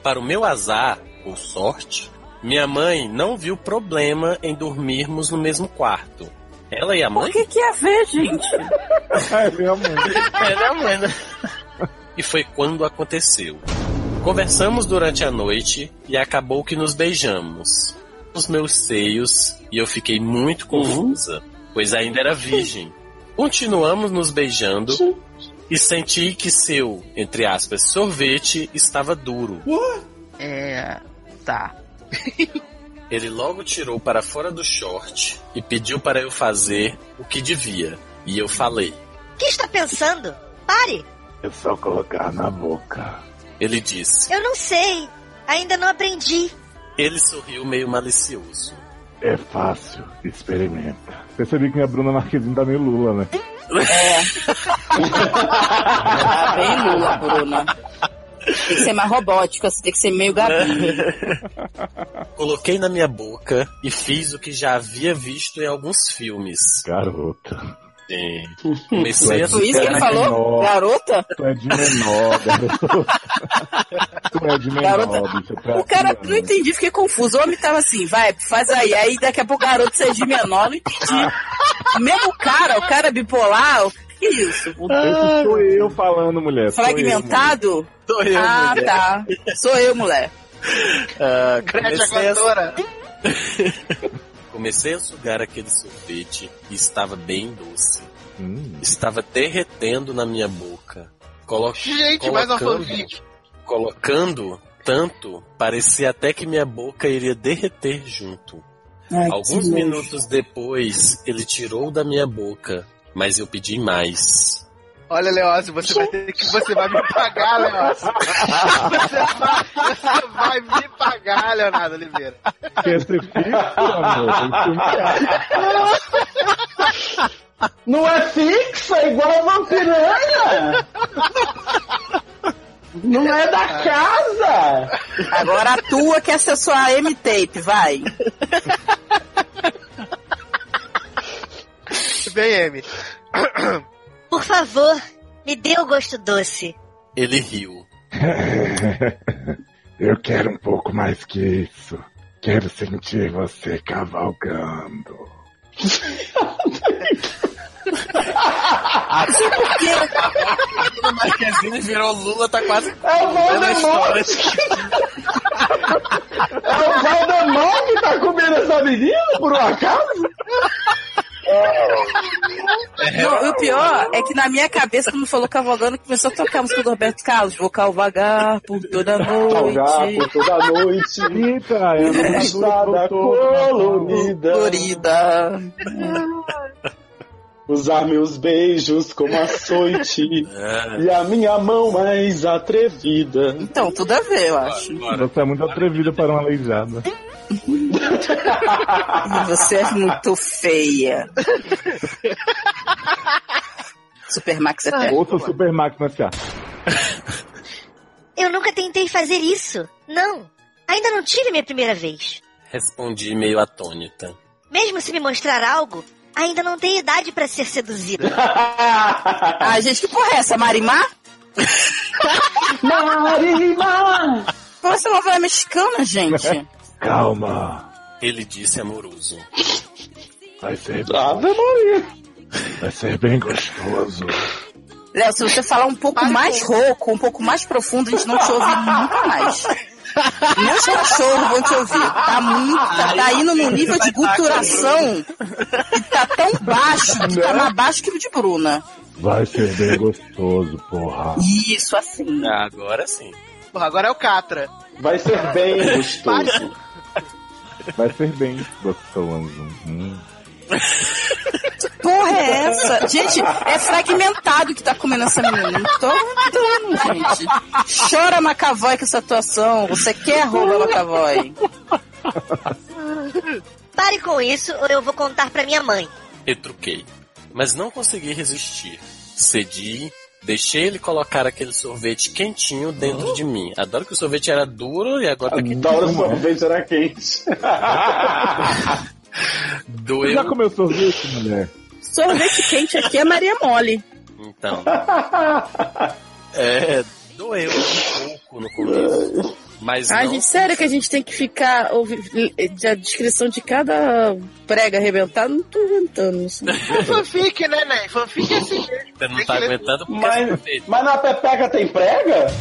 S7: Para o meu azar, ou sorte, minha mãe não viu problema em dormirmos no mesmo quarto. Ela e a mãe?
S13: O que, que ia ver, gente?
S2: é minha mãe.
S7: É minha mãe, né? E foi quando aconteceu. Conversamos durante a noite e acabou que nos beijamos. Os meus seios e eu fiquei muito confusa, pois ainda era virgem. Continuamos nos beijando e senti que seu, entre aspas, sorvete estava duro.
S13: É. Tá.
S7: Ele logo tirou para fora do short e pediu para eu fazer o que devia. E eu falei.
S14: O que está Tá pensando? Pare!
S2: É só colocar na boca.
S7: Ele disse.
S14: Eu não sei. Ainda não aprendi.
S7: Ele sorriu meio malicioso.
S2: É fácil, experimenta. Percebi que minha Bruna Marquezine tá meio Lula, né?
S6: Ah.
S13: Tá bem Lula, Bruna. Tem que ser mais robótica, você tem que ser meio gabinho.
S7: Coloquei na minha boca e fiz o que já havia visto em alguns filmes.
S2: Garota.
S7: Sim. Comecei a
S2: Foi isso que ele
S7: ficar-
S2: falou?
S13: Garota?
S2: Tu é de menor, garota. tu é de menor,
S13: Garota,
S2: bicho. Tu é
S13: O cara,
S2: assim,
S13: não entendi, fiquei confuso. O homem tava assim, vai, faz aí. Aí daqui a pouco o garoto você é de menor, não entendi. Mesmo o cara, o cara bipolar, o que é isso? O
S2: Esse sou eu falando, mulher. sou eu,
S13: fragmentado?
S7: Sou eu,
S13: ah,
S7: mulher.
S13: tá. Sou eu, mulher.
S7: Ah,
S13: Gretchen
S7: comecei,
S13: Agora.
S7: a... comecei a sugar aquele sorvete e estava bem doce.
S2: Hum.
S7: Estava derretendo na minha boca. Colo...
S4: Gente, mais uma
S7: colocando-
S4: fanfic.
S7: Colocando tanto, parecia até que minha boca iria derreter junto.
S4: Ai, que
S7: Alguns
S4: nojo.
S7: minutos depois, ele tirou da minha boca, mas eu pedi mais.
S4: Olha, Leózio, você vai ter que. Você vai me pagar, Leózio. Você vai, você vai me pagar, Leonardo Oliveira.
S2: um Quer ser fixo, amor? Tem que humilhar.
S5: Não é fixa, igual a vampiranha! Não é da casa!
S13: Agora a tua que acessou a M-Tape, vai.
S4: Bem, M.
S14: Por favor, me dê o gosto doce.
S7: Ele riu.
S2: Eu quero um pouco mais que isso. Quero sentir você cavalgando.
S7: Até porque o Marquezine virou Lula, tá quase.
S5: É o Voldemort! É o Valdemar que tá comendo essa menina, por um acaso?
S6: Não, e o pior é que na minha cabeça, quando falou cavalgando, começou a tocar a música do Roberto Carlos. Vou cavalgar por toda a
S5: Salgar
S6: noite.
S5: por toda a noite.
S2: Eita, tá
S5: é uma estrada colorida.
S6: Florida.
S5: Usar meus beijos como açoite. e a minha mão mais atrevida.
S13: Então, tudo a ver, eu acho.
S2: Você é muito atrevida para uma aleijada.
S13: E Você é muito feia. Supermax é
S2: Ouça Super Máquina S.A.
S14: Eu nunca tentei fazer isso. Não. Ainda não tive minha primeira vez.
S7: Respondi meio atônita.
S14: Mesmo se me mostrar algo, ainda não tenho idade pra ser seduzida.
S13: Ah, gente, que porra é essa? Marimar?
S5: Marimar!
S13: Porra, essa novela mexicana, gente.
S2: Calma,
S7: Ele disse amoroso.
S2: vai ser,
S5: Ave Maria!
S2: vai ser bem gostoso.
S13: Léo, se você falar um pouco mais rouco, um pouco mais profundo, a gente não te ouve nunca mais. Nem os cachorros vão te ouvir. Tá muito, tá, tá indo num nível de guturação que tá tão baixo, que tá mais baixo que o de Bruna.
S2: Vai ser bem gostoso, porra.
S13: Isso, assim.
S7: Ah, agora sim.
S4: Porra, agora é o Catra.
S5: Vai ser bem gostoso.
S2: Vai ser bem gostoso. Hum.
S13: Porra é essa? Gente, é fragmentado que tá comendo essa menina. Não tô aguentando, gente. Chora Macavoy com essa atuação. Você quer roubar Macavoy?
S14: Pare com isso ou eu vou contar pra minha mãe.
S7: Retruquei. Mas não consegui resistir. Cedi, deixei ele colocar aquele sorvete quentinho dentro de mim. Adoro que o sorvete era duro e agora tá
S5: Adoro
S7: quentinho.
S5: sorvete, era quente.
S2: Você já
S7: Doeu.
S2: comeu sorvete, mulher?
S6: Sorvete quente aqui é Maria Mole.
S7: Então. É, doeu um pouco no começo. Mas
S6: Ai,
S7: não
S6: gente, sério que a gente tem que ficar ouvi- de- a descrição de cada prega arrebentada? Não tô inventando isso.
S4: É fanfic, né, Ney? Fanfic é assim mesmo.
S7: Você não tá aguentando porque é
S5: mas,
S7: sorvete.
S5: mas na pepeca tem prega?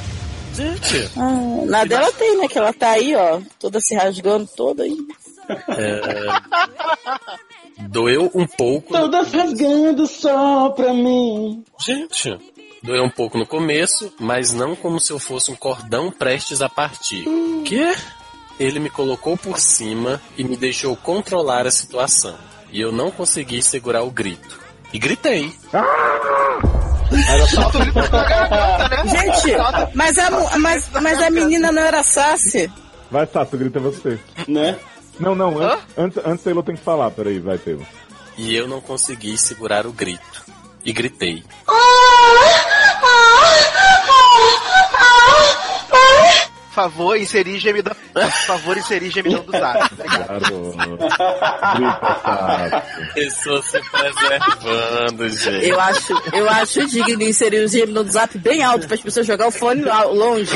S7: Gente,
S6: Ah, na dela tem, né? Que ela tá aí, ó, toda se rasgando toda aí.
S7: É, doeu um pouco. no-
S5: Todas rasgando só pra mim.
S7: Gente, doeu um pouco no começo, mas não como se eu fosse um cordão prestes a partir. Quê? Ele me colocou por cima e me deixou controlar a situação. E eu não consegui segurar o grito. E gritei.
S4: é né?
S13: Gente, mas a, mu- mas, mas a menina não era Sassi.
S2: Vai, Sato, grita você.
S5: Né?
S2: Não, não, an- antes, antes Taylor tem que falar, peraí, vai, Taylor.
S7: E eu não consegui segurar o grito. E gritei.
S4: Por favor, inserir gemidão. Por favor, inserir gemidão do Tato. Obrigado.
S2: Claro. grita, Sato.
S7: Pessoa se preservando, gente.
S6: Eu acho, eu acho digno inserir o gêmeo no zap bem alto para as pessoas jogar o fone lá longe.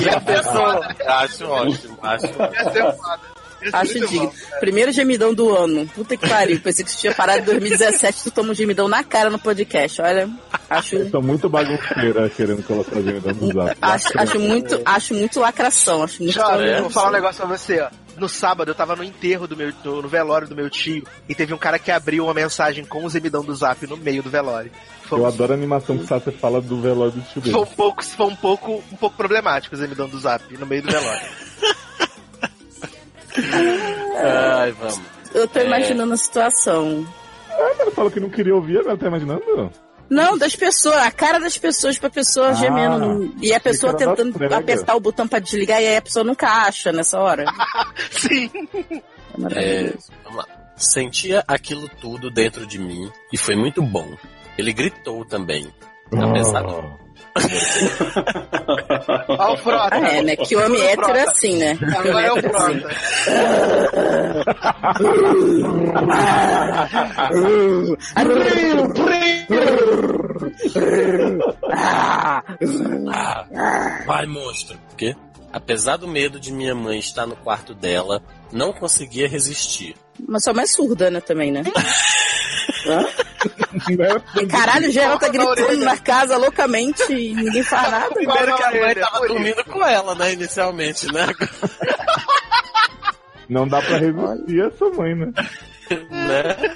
S7: Acho ótimo, acho ótimo.
S4: Ia ser foda. Ia ser
S6: Acho
S4: muito
S6: digno.
S4: bom.
S6: Primeiro gemidão do ano. Puta que pariu. Pensei que você tinha parado em 2017. Tu toma um gemidão na cara no podcast. Olha,
S2: Eu
S6: acho,
S2: tô muito bagunceira querendo colocar a agenda no zap.
S6: acho, acho muito, acho muito lacração. Acho muito
S4: Jovem,
S7: É.
S4: eu vou falar um negócio pra você, ó. No sábado eu tava no enterro do meu, do- no velório do meu tio, e teve um cara que abriu uma mensagem com o gemidão do zap no meio do velório. Foi, um
S2: Eu adoro a animação que o Sato fala do velório do tio
S4: foi um
S2: dele.
S4: pouco, foi um pouco, um pouco problemático o gemidão do zap no meio do velório.
S7: Ai, vamos.
S6: Eu tô imaginando a situação.
S2: Ela falou que não queria ouvir, ela tá imaginando?
S6: Não, das pessoas, a cara das pessoas pra pessoa
S2: Ah,
S6: gemendo. no- E a pessoa
S2: que era
S6: tentando
S2: da prega.
S6: apertar o botão pra desligar e aí a pessoa nunca acha nessa hora.
S4: Sim.
S6: É maravilhoso.
S7: Vamos lá. Sentia aquilo tudo dentro de mim e foi muito bom. Ele gritou também.
S2: Ah.
S7: Apesar do
S4: Olha o Frota.
S6: Ah, é, né? Que homem hétero é assim, né? Que homem
S4: Agora é o
S6: hétero é assim.
S4: Frota.
S7: Ah, vai, monstro. Porque, apesar do medo de minha mãe estar no quarto dela, não conseguia resistir.
S6: Mas sua mãe é surda, né, também, né?
S2: E
S6: caralho, o geral tá gritando na casa loucamente e ninguém faz nada.
S7: Primeiro que a mãe tava dormindo com ela, né, inicialmente, né?
S2: Não dá pra resistir essa mãe, né?
S7: né?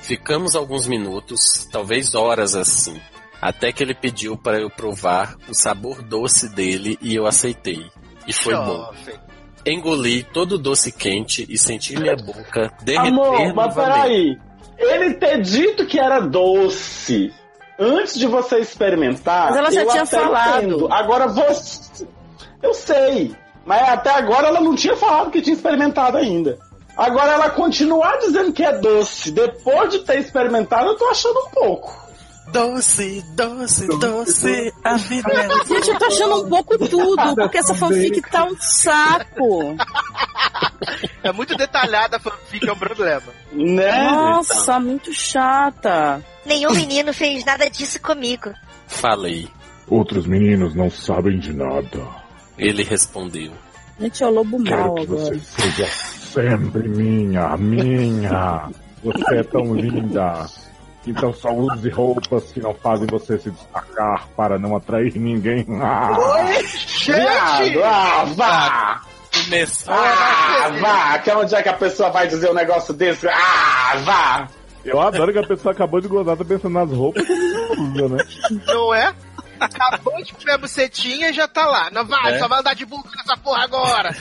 S7: Ficamos alguns minutos, talvez horas assim, até que ele pediu para eu provar o sabor doce dele e eu aceitei. E foi bom. Engoli todo o doce quente e senti minha boca derreter
S5: Amor, mas
S7: novamente.
S5: peraí. Ele ter dito que era doce antes de você experimentar.
S6: Mas ela já
S5: eu
S6: tinha
S5: até
S6: falado.
S5: entendo. Agora você. Eu sei. Mas até agora ela não tinha falado que tinha experimentado ainda. Agora ela continuar dizendo que é doce depois de ter experimentado, eu tô achando um pouco.
S7: Doce, doce, doce, a vida
S6: Gente, eu tô achando um pouco tudo, porque essa fanfic tá um saco.
S4: É muito detalhada a fanfic, é um problema.
S5: né?
S6: Nossa, muito chata.
S14: Nenhum menino fez nada disso comigo.
S7: Falei.
S2: Outros meninos não sabem de nada.
S7: Ele respondeu.
S6: Gente, é o lobo
S2: Quero
S6: mau
S2: que
S6: agora.
S2: você seja sempre minha, minha. Você é tão linda. Então só use roupas que não fazem você se destacar para não atrair ninguém.
S5: Oi, Viado, ah, vá!
S7: Começou.
S5: Ah, vá! Que é onde é que a pessoa vai dizer um negócio desse? Ah, vá!
S2: Eu adoro que a pessoa acabou de gozar, tá pensando nas roupas que não usa, né?
S4: Não é? Acabou de comer a bucetinha e já tá lá. Não vai,
S7: É.
S4: só vai andar de burro nessa porra agora.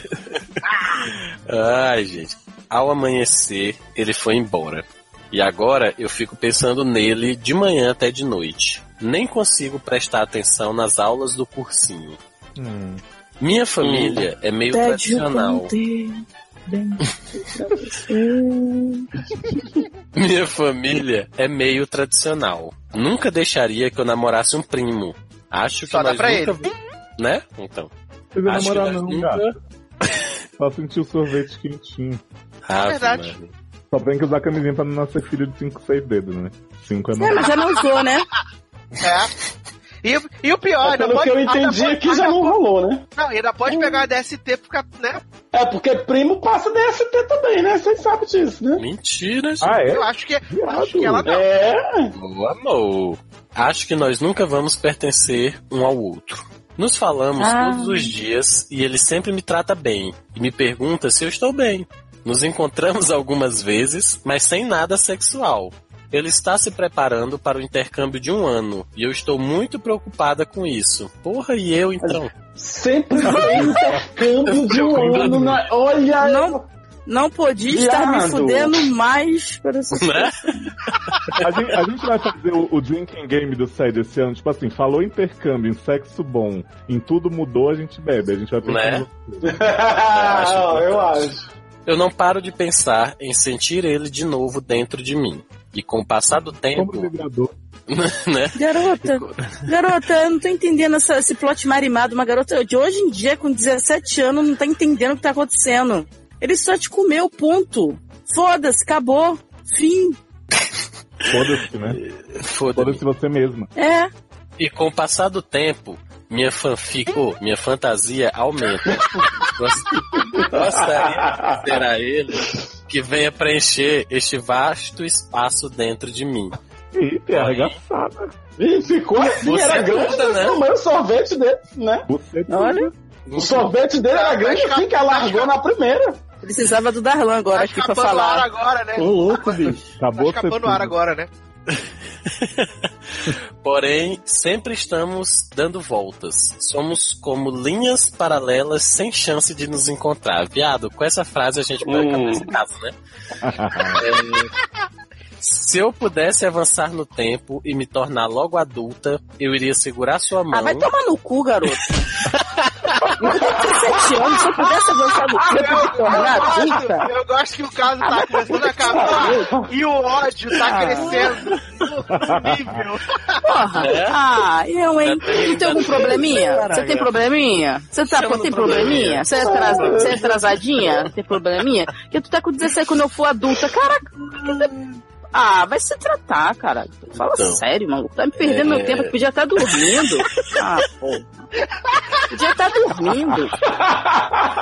S7: Ai, gente. Ao amanhecer, ele foi embora. E agora eu fico pensando nele de manhã até de noite. Nem consigo prestar atenção nas aulas do cursinho. Hum. Minha
S2: Hum.
S7: família é meio tradicional. Minha família é meio tradicional. Nunca deixaria que eu namorasse um primo. Acho que
S4: Só dá
S7: nós
S4: pra
S7: nunca...
S4: ele.
S7: Né? Então.
S2: Você vai
S7: Acho que
S2: namorar
S7: nós
S2: não,
S7: nunca-
S2: cara. Só sentir o sorvete quentinho. É
S7: Ah,
S4: verdade.
S7: mano.
S2: Só tem que usar camisinha pra não nascer filho de 5, 6 dedos, né? 5 é
S6: É, mas
S2: normal.
S6: já não usou, né?
S4: É. E, e o pior,
S5: Mas
S4: ainda
S5: pelo
S4: pode.
S5: que eu entendi
S4: ainda
S5: aqui,
S4: pode-
S5: já não rolou, né?
S4: Não, ainda pode pegar a DST e ficar, né?
S5: É porque primo passa DST também, né? Vocês sabem disso, né?
S7: Mentira, gente.
S2: Ah, é?
S4: Eu acho que, acho que ela
S2: Viado.
S4: não.
S5: É.
S7: Meu amor, acho que nós nunca vamos pertencer um ao outro. Nos falamos
S6: Ah.
S7: todos os dias e ele sempre me trata bem e me pergunta se eu estou bem. Nos encontramos algumas vezes, mas sem nada sexual. Ele está se preparando para o intercâmbio de um ano e eu estou muito preocupada com isso. Porra, e eu então?
S5: Sempre tem um intercâmbio de um ano. Na... Olha,
S6: Não, não podia estar me
S5: Viado.
S6: fudendo mais por essa
S7: Né?
S2: A gente, a gente vai fazer o, o drinking game do SEI desse ano, tipo assim, falou intercâmbio, em sexo bom, em tudo mudou, a gente bebe. A gente vai pensar
S7: Né?
S2: no-
S5: eu, acho.
S7: Eu não paro de pensar em sentir ele de novo dentro de mim. E com o passar do
S2: como
S7: tempo,
S2: vibrador.
S7: né?
S6: Garota, garota, eu não tô entendendo essa- esse plot marimado. Uma garota de hoje em dia, com 17 anos, não tá entendendo o que tá acontecendo. Ele só te comeu, ponto. Foda-se, acabou. Fim.
S2: Foda-se, né?
S7: Foda-se.
S2: Foda-se você mesma.
S6: É.
S7: E com o passar do tempo, minha fanfic, oh, minha fantasia aumenta. Gost- Gostaria de dizer a ele que venha preencher este vasto espaço dentro de mim.
S2: Eita, é arregaçada.
S5: E ficou assim,
S7: Você
S5: era grande
S7: muda,
S5: desse
S7: né?
S5: tamanho o sorvete dele, né?
S2: Você tá
S6: Olha.
S5: O sorvete dele era grande assim que ela largou na primeira.
S6: Precisava do Darlan agora
S4: Tá
S6: aqui pra
S4: escapando o ar
S6: falar.
S4: agora, né?
S5: Ô, louco, bicho.
S4: Tá
S2: acabou
S4: escapando o ar
S2: tudo.
S4: agora, né?
S7: Porém, sempre estamos dando voltas. Somos como linhas paralelas sem chance de nos encontrar. Viado, com essa frase a gente
S2: Hum.
S7: pode acabar esse caso, né? É, Se eu pudesse avançar no tempo e me tornar logo adulta, eu iria segurar sua mão.
S6: Ah, vai tomar no cu, garoto. 37 anos, se eu pudesse avançar
S4: Ah,
S6: no tempo e me tornar adulta.
S4: Eu gosto que o caso tá começando a
S5: tá
S4: acabar e o ódio tá crescendo.
S6: Porra.
S13: É?
S6: Ah, eu, hein? Tu tem algum probleminha? Você tem
S13: Caralho.
S6: probleminha? Você tá,
S13: Chama no
S6: tem probleminha?
S13: probleminha.
S6: Você é, atras- você é atrasadinha? Tem probleminha? Porque tu tá com 17 quando eu for adulta. Caraca. Ah, vai se tratar, cara. Fala
S13: Então.
S6: sério, maluco. Tá me perdendo meu
S13: É.
S6: tempo. Eu podia estar dormindo. Ah, pô. Podia estar dormindo.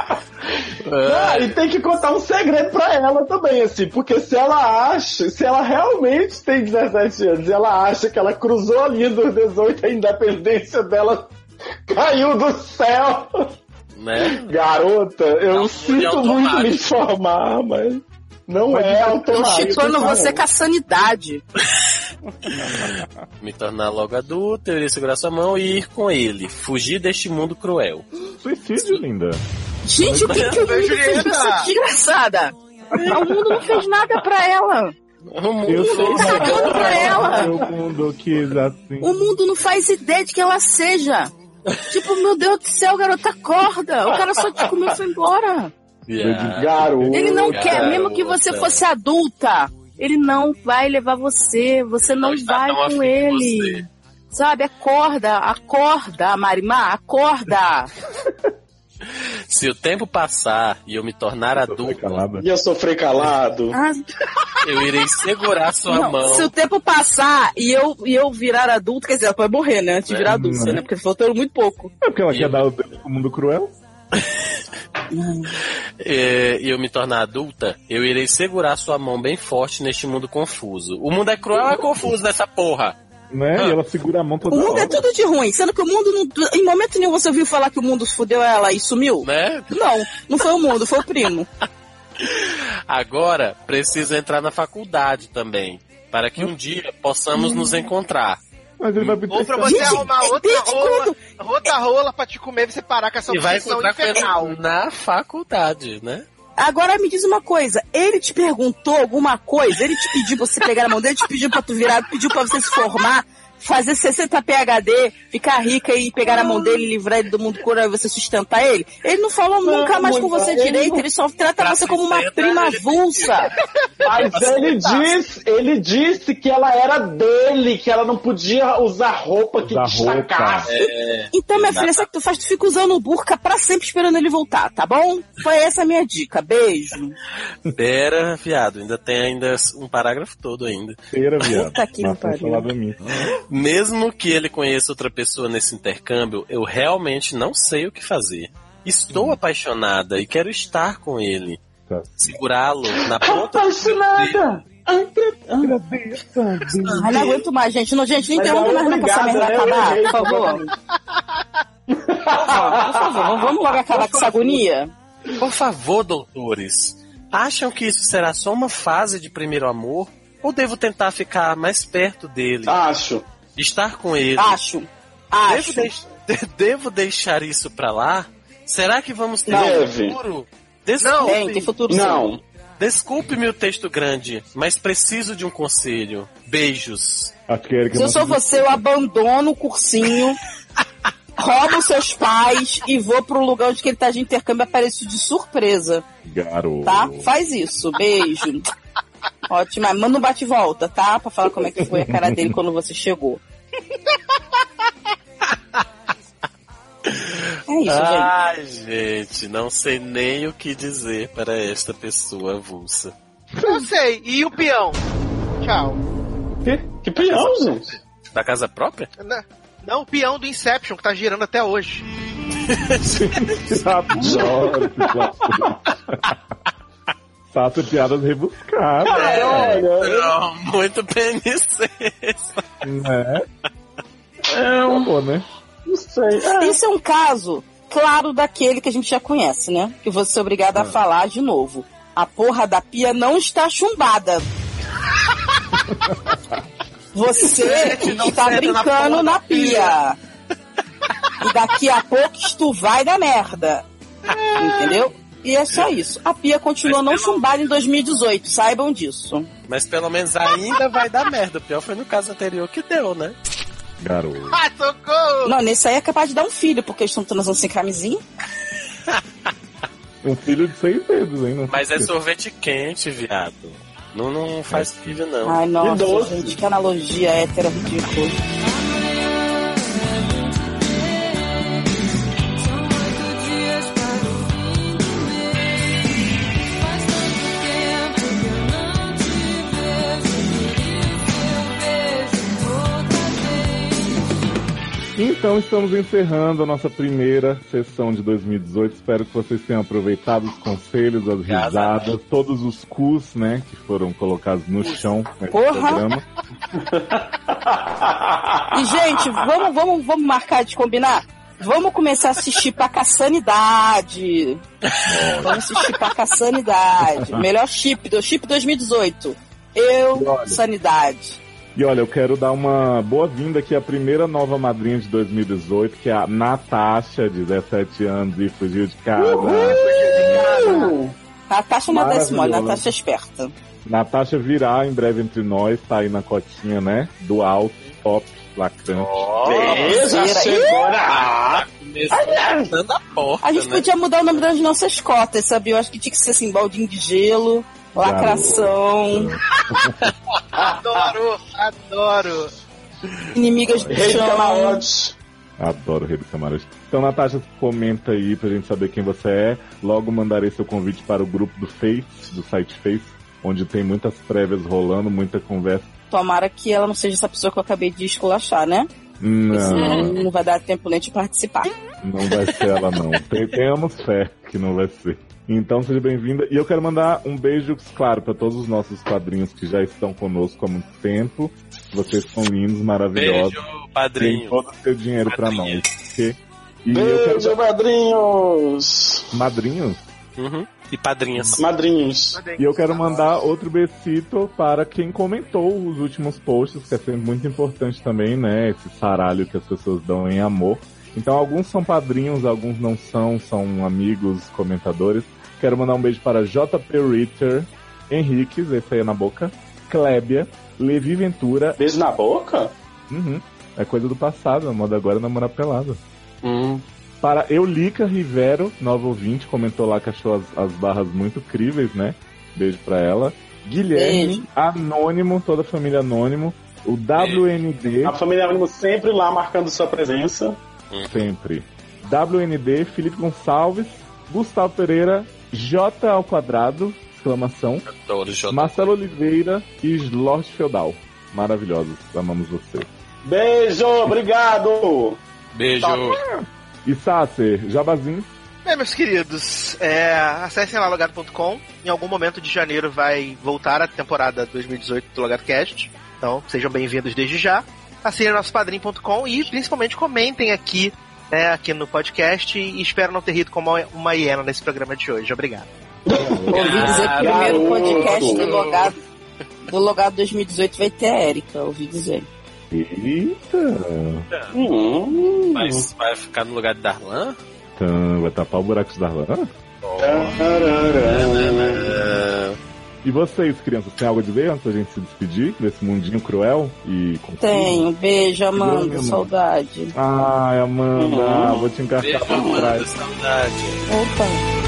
S5: Ah, e tem que contar um segredo pra ela também, assim, porque se ela acha, se ela realmente tem 17 anos, e ela acha que ela cruzou a linha dos 18, a independência dela caiu do céu.
S7: Né?
S5: Garota, eu sinto muito
S7: automático.
S5: me informar, mas não é
S6: Eu
S5: automático.
S6: chiclando
S5: não.
S6: tá você com a sanidade.
S7: Me tornar logo adulto, eu iria segurar sua mão e ir com ele. Fugir deste mundo cruel.
S2: Suicídio, linda.
S6: Gente, o que, que o mundo fez pra essa desgraçada? O mundo não fez nada pra ela.
S7: O
S2: Eu sou
S6: não fez nada pra É ela.
S2: o mundo quis assim.
S6: O mundo não faz ideia de que ela seja. Tipo, meu Deus do céu, garota, acorda. O cara só te comeu e foi embora.
S5: Garota.
S6: Ele não quer, mesmo que você fosse adulta, ele não vai levar você. Você não vai
S7: tão afim
S6: com
S7: de
S6: ele. Sabe, acorda, acorda, Marimar, acorda.
S7: Se o tempo passar e eu me tornar adulto,
S5: E eu sofrer calado.
S6: Ah,
S7: eu irei segurar sua
S6: não,
S7: mão.
S6: se o tempo passar e eu, e eu virar adulto, quer dizer, ela vai morrer, né? Antes de virar adulto, né? Porque faltou muito pouco.
S2: É porque ela quer dar o dedo pro mundo cruel?
S7: É, e eu me tornar adulta, eu irei segurar sua mão bem forte neste mundo confuso. O mundo é cruel ou é confuso nessa porra?
S2: Né? E ela segura a mão toda
S6: Ah. O mundo
S2: hora.
S6: é tudo de ruim, sendo que o mundo não, em momento nenhum você ouviu falar que o mundo fudeu ela e sumiu?
S7: Né?
S6: Não, não foi o mundo, foi o primo.
S7: Agora preciso entrar na faculdade também, para que um dia possamos nos encontrar.
S2: Mas ele vai
S4: Ou pra você arrumar
S6: é
S4: outra rola, outra rola pra te comer e você parar com essa
S7: E vai
S4: obsessão
S7: encontrar com ele
S4: infernal.
S7: na faculdade, né?
S6: Agora me diz uma coisa, ele te perguntou alguma coisa? Ele te pediu pra você pegar na mão dele, te pediu pra tu virar, pediu pra você se formar, fazer 60 PhD, ficar rica e pegar na mão dele, livrar ele do mundo cura e você sustentar ele? Ele não falou nunca mais com você
S5: ele
S6: direito,
S5: não-
S6: ele só trata você como uma prima avulsa.
S5: Mas ele disse, ele disse que ela era dele, que ela não podia usar roupa que destacasse.
S7: É,
S6: Então, minha filha, sabe o que tu faz? Tu fica usando o burca pra sempre esperando ele voltar, tá bom? Foi essa a minha dica. Beijo.
S7: Pera, viado, ainda tem ainda um parágrafo todo ainda.
S2: Pera, viado.
S6: Puta que
S2: Nossa,
S6: pariu.
S2: falar do mim.
S7: Mesmo que ele conheça outra pessoa nesse intercâmbio, eu realmente não sei o que fazer. Estou apaixonada e quero estar com ele. Segurá-lo na ponta.
S5: Apaixonada!
S6: Ai, não aguento mais, gente. Não, gente, não
S5: Mas
S6: interrompa
S5: é
S6: mais não pra essa
S5: obrigado,
S6: merda
S5: né? Eu
S6: acabar,
S5: errei,
S6: por favor.
S5: completamente.
S6: Por favor, vamos logo acabar com essa agonia?
S7: Por favor, doutores, acham que isso será só uma fase de primeiro amor? Ou devo tentar ficar mais perto dele?
S5: Acho.
S7: Estar com ele?
S6: Ah, Acho.
S7: Devo, deix- de- devo deixar isso pra lá? Será que vamos ter um
S5: Deve.
S7: futuro? Desculpe.
S6: Tem, tem futuro sim.
S5: Não.
S7: Desculpe-me o texto grande, mas preciso de um conselho. Beijos.
S2: Aquele
S6: Se eu sou você, eu abandono o cursinho, roubo seus pais e vou pro lugar onde que ele tá de intercâmbio e apareço de surpresa,
S2: Garoto.
S6: tá? Faz isso. Beijo. Ótimo. Manda um bate-volta, tá? Pra falar como é que foi a cara dele quando você chegou. É isso,
S7: Ah, Ai, gente, não sei nem o que dizer para esta pessoa avulsa.
S4: Não sei. E o peão? Tchau.
S5: Que peão, gente?
S7: Da casa própria?
S4: Não, Né? Não, o peão do Inception, que tá girando até hoje.
S2: Adoro esse plástico. Faça piadas rebuscadas.
S7: Não, muito PNC.
S2: Né? É um bom, né?
S5: Não sei.
S10: Ah.
S6: Isso é um caso, claro, daquele que a gente já conhece, né? Que você é obrigada
S10: Ah.
S6: a falar de novo. A porra da pia não está chumbada. Você
S10: Gente, É não
S6: está
S10: senta na
S6: brincando
S10: porra
S6: na
S10: da
S6: pia.
S10: pia.
S6: E daqui a pouco tu vai dar merda. Entendeu? E é só isso. A pia continua não chumbada em 2018, saibam disso.
S7: Mas pelo menos ainda vai dar merda. O pior foi no caso anterior que deu, né?
S2: Garoto.
S4: Ah, tocou!
S6: Não, nesse aí é capaz de dar um filho, porque eles estão transando sem camisinha.
S2: Um filho de seis dedos, hein? Não
S7: Mas é sorvete quente, viado. Não, não faz filho, não.
S6: Ai,
S7: Que doce.
S6: nossa, gente, que analogia hétero ridícula.
S2: Então estamos encerrando a nossa primeira sessão de 2018. Espero que vocês tenham aproveitado os conselhos, as risadas, todos os cus, né, que foram colocados no chão nesse
S6: Porra!
S2: programa.
S6: E, gente, vamos, vamos, vamos marcar de combinar? Vamos começar a assistir Pacassanidade. Vamos assistir Pacassanidade. Melhor chip do chip 2018. Eu, Sanidade.
S2: E olha, eu quero dar uma boa-vinda aqui à primeira nova madrinha de 2018, que é a Natasha, de 17 anos e fugiu de casa.
S6: Natasha não é desse mole,
S2: Maravilhoso.
S6: Natasha é esperta.
S2: Natasha virá em breve entre nós, tá aí na cotinha, né? Do alto, top, lacrante.
S5: Beleza,
S6: Nossa,
S5: chegou
S6: aí.
S5: na...
S6: A gente
S7: né?
S6: podia mudar o nome das nossas cotas, sabe? Eu acho que tinha que ser assim, baldinho de gelo, lacração,
S4: Adoro, adoro.
S6: inimigas do
S4: Rei do
S6: chão.
S5: Camarote.
S2: Adoro o Rei do Camarote. Então, Natasha, comenta aí pra gente saber quem você é. Logo mandarei seu convite para o grupo do Face, do site Face, onde tem muitas prévias rolando, muita conversa.
S6: Tomara que ela não seja essa pessoa que eu acabei de esculachar, né? Senão
S2: Não,
S6: não vai dar tempo nem de participar.
S2: não vai ser ela não. Tem- Tenhamos fé que não vai ser. Então, seja bem-vinda. E eu quero mandar um beijo, claro, para todos os nossos padrinhos que já estão conosco há muito tempo. Vocês são lindos, maravilhosos.
S7: Beijo, padrinho.
S2: Tem todo o seu dinheiro para nós. porque- E eu quero
S5: Beijo, padrinhos!
S2: Madrinhos?
S7: Uhum. E padrinhas.
S5: Madrinhos.
S2: E eu quero mandar outro besito para quem comentou os últimos posts, que é sempre muito importante também, né? Esse saralho que as pessoas dão em amor. Então, alguns são padrinhos, alguns não são, são amigos, comentadores. Quero mandar um beijo para JP Ritter, Henriques, esse aí é na boca, Clébia, Levi Ventura.
S5: Beijo na boca?
S2: Uhum. É coisa do passado, a moda agora é namorar pelada.
S7: Hum.
S2: Para Eulica Rivero, nova ouvinte, comentou lá que achou as, as barras muito críveis, né? Beijo pra ela. Guilherme, Anônimo, toda a família Anônimo. O WND.
S5: A família Animo sempre lá marcando sua presença.
S2: Sempre. WND, Felipe Gonçalves, Gustavo Pereira, J ao quadrado, exclamação.
S7: Adoro, Jota.
S2: Marcelo Oliveira e Lorde Feudal. Maravilhosos, amamos você.
S5: Beijo, obrigado!
S7: Beijo.
S2: E Sácer, Jabazinho.
S4: Bem, meus queridos, é, acessem lá logado.com. Em algum momento de janeiro vai voltar a temporada 2018 do LogadoCast. Então, sejam bem-vindos desde já. Assinem nosso padrim.com e principalmente comentem aqui, né, aqui no podcast. E espero não ter rido como uma hiena nesse programa de hoje. Obrigado.
S6: Ouvi dizer que o primeiro podcast do Logado, do Logado 2018 vai ter a Erika, ouvi dizer.
S2: Eita!
S5: Hum.
S7: Mas vai ficar no lugar de Darlan?
S2: Então, vai tapar o buraco de Darlan? E vocês, crianças, tem algo a dizer antes da gente se despedir desse mundinho cruel e confuso?
S6: Tem, beijo,
S2: Beijo,
S6: Amanda,
S2: Amanda.
S6: saudade.
S2: Ai, Amanda, ah, vou te encartar
S7: Uhum. Beijo,
S2: por
S7: Amanda,
S2: trás.
S5: tá
S7: saudade.
S6: Opa.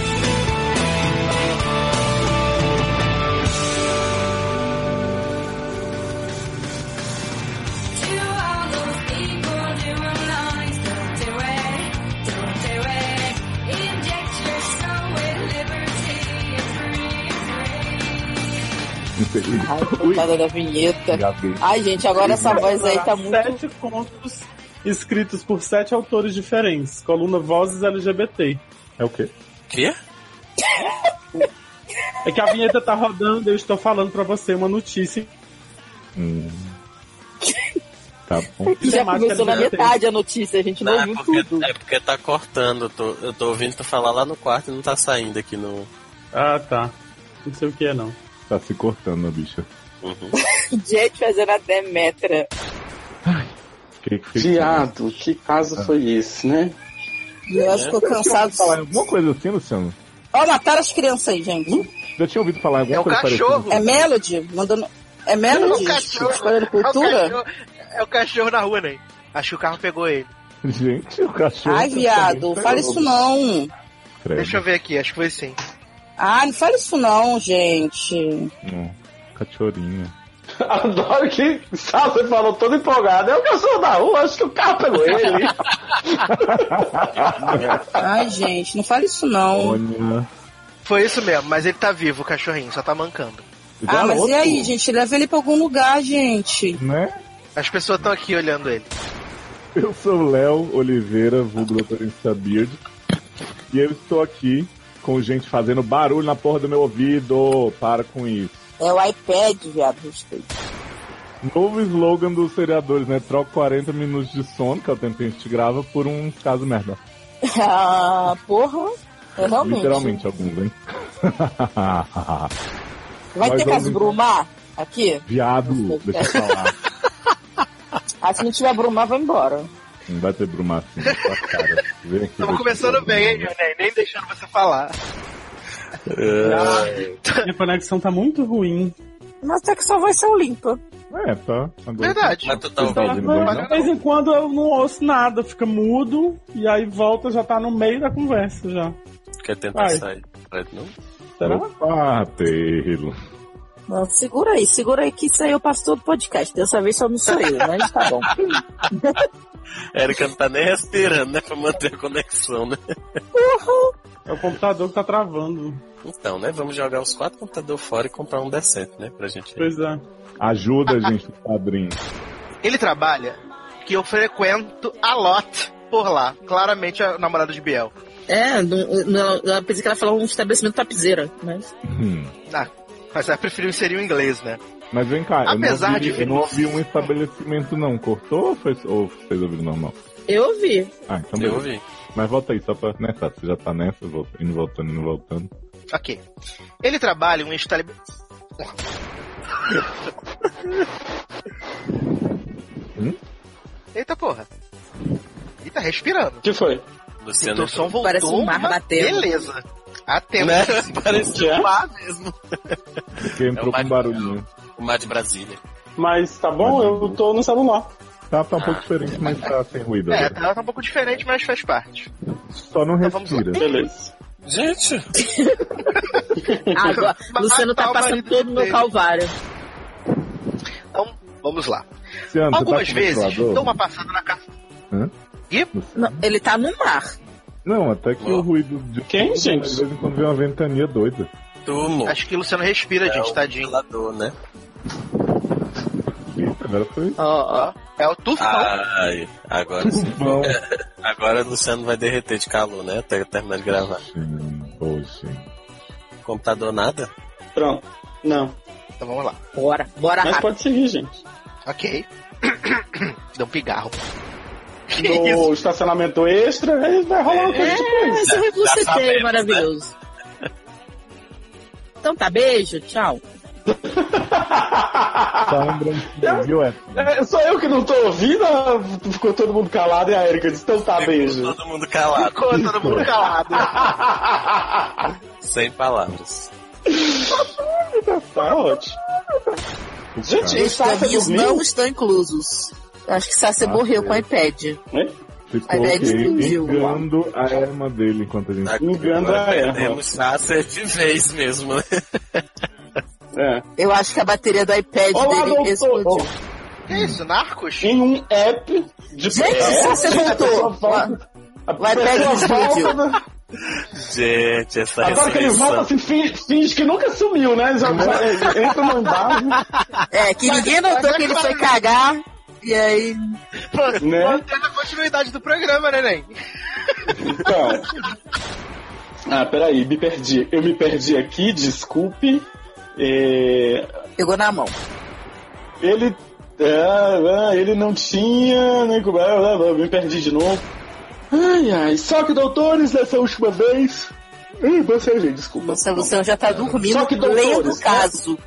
S6: Ai, coitada da vinheta. Ai, gente, agora essa voz aí tá muito.
S15: Sete contos escritos por sete autores diferentes. Coluna Vozes LGBT.
S2: É o quê?
S7: Quê?
S15: É que a vinheta tá rodando, eu estou falando pra você uma notícia.
S2: Hum. Tá bom.
S6: Já começou na metade a notícia, a gente não
S7: Não, é
S6: ouviu
S7: porque, é porque tá cortando. Eu tô, eu tô ouvindo tu falar lá no quarto e não tá saindo aqui no.
S15: Ah, tá. Não sei o que é, não.
S2: Tá se cortando, bicha.
S6: Gente fazendo a Demetra.
S2: Que, que,
S5: Viado, que caso foi esse, né?
S6: Eu acho que eu tô cansado.
S2: Falar alguma coisa assim, Luciano?
S6: Ó, mataram as crianças aí, gente.
S2: Já tinha ouvido falar alguma
S4: É o
S2: coisa
S4: cachorro.
S6: É Melody? Mandando. É Melody?
S4: É o cachorro.
S6: Escolhendo
S4: É o
S6: cultura?
S4: cachorro, é o cachorro na rua, né? Acho que o carro pegou ele.
S2: Gente, o cachorro. tá
S16: Ai, viado, fala isso não.
S2: Credo.
S4: Deixa eu ver aqui, acho que foi sim.
S16: Ah, não fala isso não, gente.
S2: Hum, Cachorrinho.
S5: Adoro que sabe, você falou todo empolgado. É o cachorro da rua, acho que o carro pegou ele.
S16: Ai, gente, não fala isso não.
S2: Olha.
S4: Foi isso mesmo, mas ele tá vivo, o cachorrinho, só tá mancando.
S16: Ah, mas e aí, gente? Leva ele pra algum lugar, gente.
S2: Né?
S4: As pessoas estão aqui olhando ele.
S2: Eu sou o Léo Oliveira, vulgo doutorista Beard. E eu estou aqui com gente fazendo barulho na porra do meu ouvido. Para com isso.
S16: É o iPad, viado, respeito.
S2: Novo slogan dos seriadores, né? Troca 40 minutos de sono, que é o tempo que a gente grava, por um caso merda.
S16: Ah, porra. É realmente.
S2: Literalmente alguns, hein?
S16: Vai
S2: Nós
S16: ter
S2: vamos-
S16: caso brumar aqui?
S2: Viado, deixa eu falar.
S16: Ah, se não tiver brumar, vai embora.
S2: Não vai ter brumar assim, na sua cara. Vem aqui.
S4: Tamo começando bem, hein, Johnny? Nem deixando você falar.
S11: Minha conexão tá muito ruim.
S16: Mas até que só vai ser o limpa.
S2: É, tá. Agora-
S4: Verdade. né?
S7: Mas tu tá
S2: Você tá
S7: ouvindo?
S2: ouvindo bem,
S11: Mas
S2: não?
S11: de vez em quando eu não ouço nada, fica mudo e aí volta já tá no meio da conversa já.
S7: Quer tentar
S11: Ai.
S7: sair? Fred, não?
S11: Será?
S2: Opa, pelo.
S6: Não, segura aí, segura aí que isso aí eu passo todo o podcast. Dessa vez só não sou eu, mas tá bom.
S7: Érica não tá nem respirando, né? Pra manter a conexão, né?
S11: É o computador que tá travando.
S7: Então, né? Vamos jogar os quatro computadores fora e comprar um decente, né? Pra gente.
S11: Pois é.
S2: Ajuda, gente, padrinho.
S4: Ele trabalha que eu frequento a lot por lá. Claramente a namorada de Biel.
S6: É, não, não, eu pensei que ela falou um estabelecimento né? tapizeira, mas.
S2: Hum.
S4: Ah, mas ela preferiu inserir o inglês, né?
S2: Mas vem cá, eu não,
S4: Apesar
S2: ouvi,
S4: de-
S2: eu não ouvi um estabelecimento, não. Cortou ou, foi, ou vocês ouviram normal?
S6: Eu ouvi.
S2: Ah, então
S7: Eu
S2: beleza.
S7: ouvi.
S2: Mas volta aí, só pra. Né, tá, você já tá nessa, volta, indo, voltando, indo, voltando.
S4: Ok. Ele trabalha em um estabelecimento.
S2: Hum?
S4: Eita porra. Ele tá respirando.
S5: O que foi?
S7: Luciano.
S4: Então o som voltou.
S6: Parece um mar
S4: uma
S6: batendo.
S4: Beleza. Há tempo.
S7: Né? Parecia
S5: É.
S7: um mar mesmo.
S2: Porque entrou com
S4: É,
S7: Mike-
S2: um barulhinho.
S7: O mar de Brasília.
S5: Mas tá bom, eu tô no celular.
S2: Tá, tá um pouco diferente, mas tá sem ruído.
S4: É,
S2: agora.
S4: tá, tá um pouco diferente, mas faz parte.
S2: Só não
S4: vamos
S2: respira.
S5: Beleza.
S7: Gente,
S6: Agora,
S4: Mas
S6: Luciano tá
S4: tá o
S6: passando
S4: marido
S6: todo o meu
S4: dele.
S6: calvário.
S4: Então, vamos lá.
S2: Luciano, você
S4: Algumas
S2: tá com
S4: vezes
S2: ventilador?
S4: dou uma passada na casa.
S2: Hã?
S4: E?
S6: Não, ele tá no mar.
S2: Não, até que o ruído de.
S5: Quem, gente?
S2: De vez em quando vem uma ventania doida.
S7: turmo.
S4: Acho que o Luciano
S7: tá É
S4: respira, gente, tadinho.
S7: Ventilador, um né?
S2: Eita, agora foi.
S4: Ó, ó. É o
S7: Ah.
S4: tufão.
S7: Ai, agora sim.
S2: Bom.
S4: É.
S7: Agora o Luciano vai derreter de calor, né? Até terminar de gravar.
S2: Gente, Ô, gente.
S7: Computador nada?
S5: Pronto. Não.
S4: Então vamos lá.
S6: Bora, bora
S5: Mas
S6: rápido.
S5: pode seguir, gente.
S4: Ok. Deu um pigarro. Que isso?
S5: No estacionamento extra, aí vai rolar uma coisa
S6: É,
S5: depois.
S6: esse
S7: sabemos,
S6: rebuceteio
S7: né?
S6: maravilhoso. Então tá, beijo, tchau.
S4: Ah.
S2: Tá um branquinho, viu, Edson?
S5: É, só eu que não tô ouvindo, ah, ficou todo mundo calado e a Erika disse, então
S7: né?
S5: tá, beijo.
S7: Todo mundo calado,
S4: Ficou todo mundo calado.
S7: sem palavras.
S5: Tá ótimo. Gente, o é Sasha
S13: Caminhos não
S5: dormiu?
S13: estão inclusos.
S6: Eu acho que Sassi
S2: Ah,
S6: morreu com o
S2: é.
S6: iPad.
S2: Ficou
S4: é
S13: Aí,
S2: ok,
S13: explodiu.
S2: engando a arma dele enquanto a
S4: Tá
S2: gente.
S5: Engana
S7: Agora
S5: ela.
S7: perdemos Sasser de vez mesmo, né?
S5: É.
S13: Eu acho que a bateria do iPad
S5: Olá,
S13: dele
S5: doutor.
S13: explodiu.
S4: Que isso, Narcos?
S5: Em um app de
S13: Gente, Sasha voltou.
S5: Vai pegar
S13: explodiu.
S7: Gente, essa
S5: né? Agora que ele volta,
S7: ressurreição.
S5: assim, finge, finge que nunca sumiu, né? Já, já entra no embalo,
S13: É, que ninguém notou que ele foi cagar. E aí.
S5: né?
S4: Mantendo a continuidade do programa, né, Nen?
S5: Então. Ah, peraí, me perdi. Eu me perdi aqui, desculpe. É,
S13: Pegou na mão.
S5: Ele. ah, ah, ele não tinha. Nem como é, blá, blá, me perdi de novo. Ai, ai. Só que, doutores, dessa última vez. Ih, você, gente, desculpa.
S13: Nossa, você já tá dormindo.
S5: Só que
S13: lendo
S5: doutores,
S13: o caso.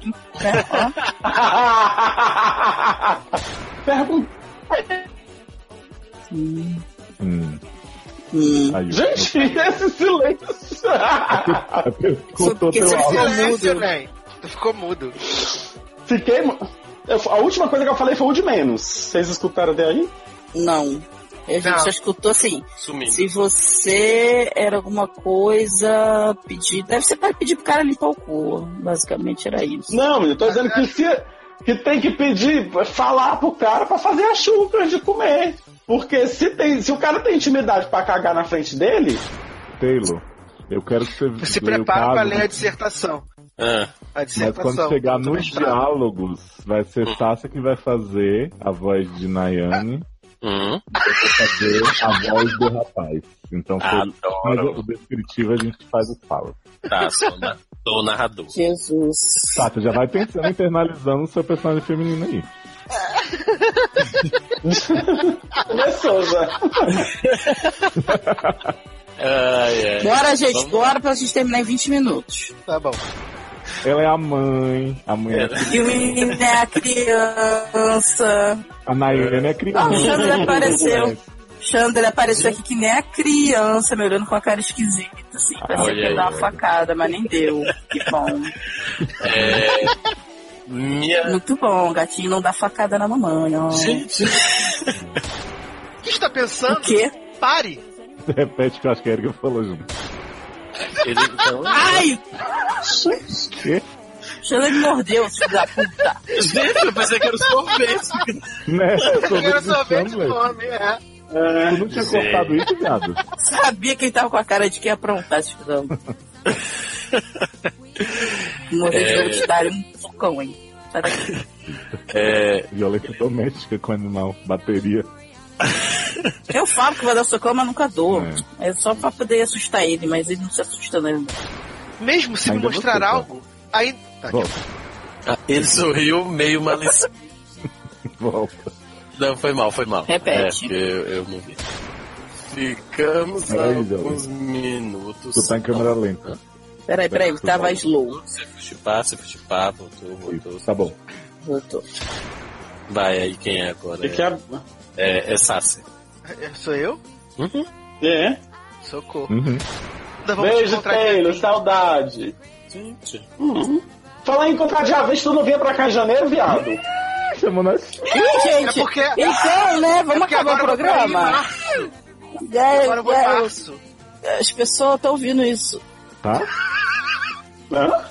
S5: Pergunta.
S2: Hum.
S4: Hum.
S2: Aí, o-
S5: Gente, esse silêncio.
S2: Cortou
S13: Porque
S2: teu
S13: se
S2: áudio.
S4: Silêncio, Nen. Tu ficou mudo.
S5: Fiquei. eu- a última coisa que eu falei foi o de menos. Vocês escutaram até aí?
S6: Não. A gente
S7: Não.
S6: só escutou assim.
S7: Sumindo.
S6: Se você era alguma coisa, pedir. Deve ser para pedir pro cara limpar o cu. Basicamente era isso.
S5: Não, eu tô dizendo que, se- que tem que pedir, falar pro cara pra fazer as chucras de comer. Porque se, tem, se o cara tem intimidade pra cagar na frente dele,
S2: Taylor, eu quero que você
S4: Se
S2: leia o
S4: prepara pra
S2: caso,
S4: ler a dissertação.
S7: Ah,
S4: A
S2: né? Mas
S4: dissertação.
S2: quando chegar
S4: do
S2: nos
S4: mestrado.
S2: diálogos, vai ser Tássia que vai fazer a voz de Nayane.
S7: hum.
S2: Vai fazer a voz do rapaz. Então,
S7: Adoro.
S2: mas o- o descritivo a gente faz o fala.
S7: Tá, sou, na- sou narrador.
S6: Jesus.
S2: Tá, você já vai pensando, internalizando o seu personagem feminino aí.
S5: começou já.
S7: Ai, ai.
S6: Bora, gente,
S7: Vamos-
S6: bora pra gente terminar em 20 minutos.
S4: Tá bom.
S2: Ela é a mãe, a mãe é a
S6: E o menino é a criança.
S2: A Nayane é
S6: Ah,
S2: criança. É,
S6: o
S7: Uhum.
S6: Chandler apareceu. Chandler apareceu aqui que nem a criança, me olhando com a cara esquisita, assim, parecia que
S7: Olha
S6: ia
S7: aí,
S6: dar uma
S7: olha.
S6: facada, mas nem deu. Que bom.
S7: É, minha.
S6: Muito bom, gatinho não dá facada na mamãe, ó.
S7: Gente.
S4: O que está pensando?
S6: O quê?
S4: Pare!
S2: Repete que eu acho que a Erika falou junto.
S7: Ele, então,
S6: Ai!
S2: Quê?
S6: Chandler me mordeu, filho da puta.
S7: Gente, eu pensei que era o sorvete.
S2: Né?
S4: Era
S2: Sorvete do
S4: sorvete
S2: Chandler.
S4: fome, é.
S2: Tu não tinha
S7: Gente.
S2: cortado isso, viado?
S6: Sabia que ele tava com a cara de que ia aprontar esse filho da- Mordeu de
S7: É.
S6: novo, te daria um socão, hein? Sai daqui.
S7: É,
S2: Violência doméstica com animal. Bateria.
S6: Eu falo que vou dar socão, mas nunca dou.
S2: É.
S6: É. só pra poder assustar ele, mas ele não se assusta, né?
S4: Mesmo se me
S2: Ainda
S4: mostrar
S2: você, tá?
S4: algo, ainda. Tá,
S2: Volta,
S7: Ah, ele sorriu meio malicioso.
S2: volta.
S7: Não, foi mal, foi mal. É,
S6: Repete.
S7: porque eu, eu não vi. Ficamos
S2: Peraí,
S7: alguns minutos.
S2: Tu tá em câmera lenta.
S6: Peraí, peraí, tava slow.
S7: Você fuxipá, você fuxipá, voltou, voltou.
S2: Tá bom.
S6: Voltou.
S7: Vai aí, quem é agora?
S5: E que a-
S7: É, é Sassi.
S4: é, Sou eu?
S5: É.
S4: Socorro.
S2: Uhum.
S4: Ainda vamos
S5: Beijo,
S4: encontrar dia
S5: Taylor,
S4: 20.
S5: saudade.
S7: Gente.
S5: Falar em encontrar de vez, tu não vinha pra cá em janeiro, viado?
S2: Ah, Chamou nós.
S6: Ih, gente,
S4: É porque-
S6: então, né?
S4: É
S6: Vamos
S4: porque
S6: acabar o
S4: agora eu vou pra
S6: programa.
S4: Lima.
S6: É,
S4: Agora eu vou
S6: é,
S4: pra março.
S6: as pessoas estão ouvindo isso.
S2: Tá?
S5: Hã?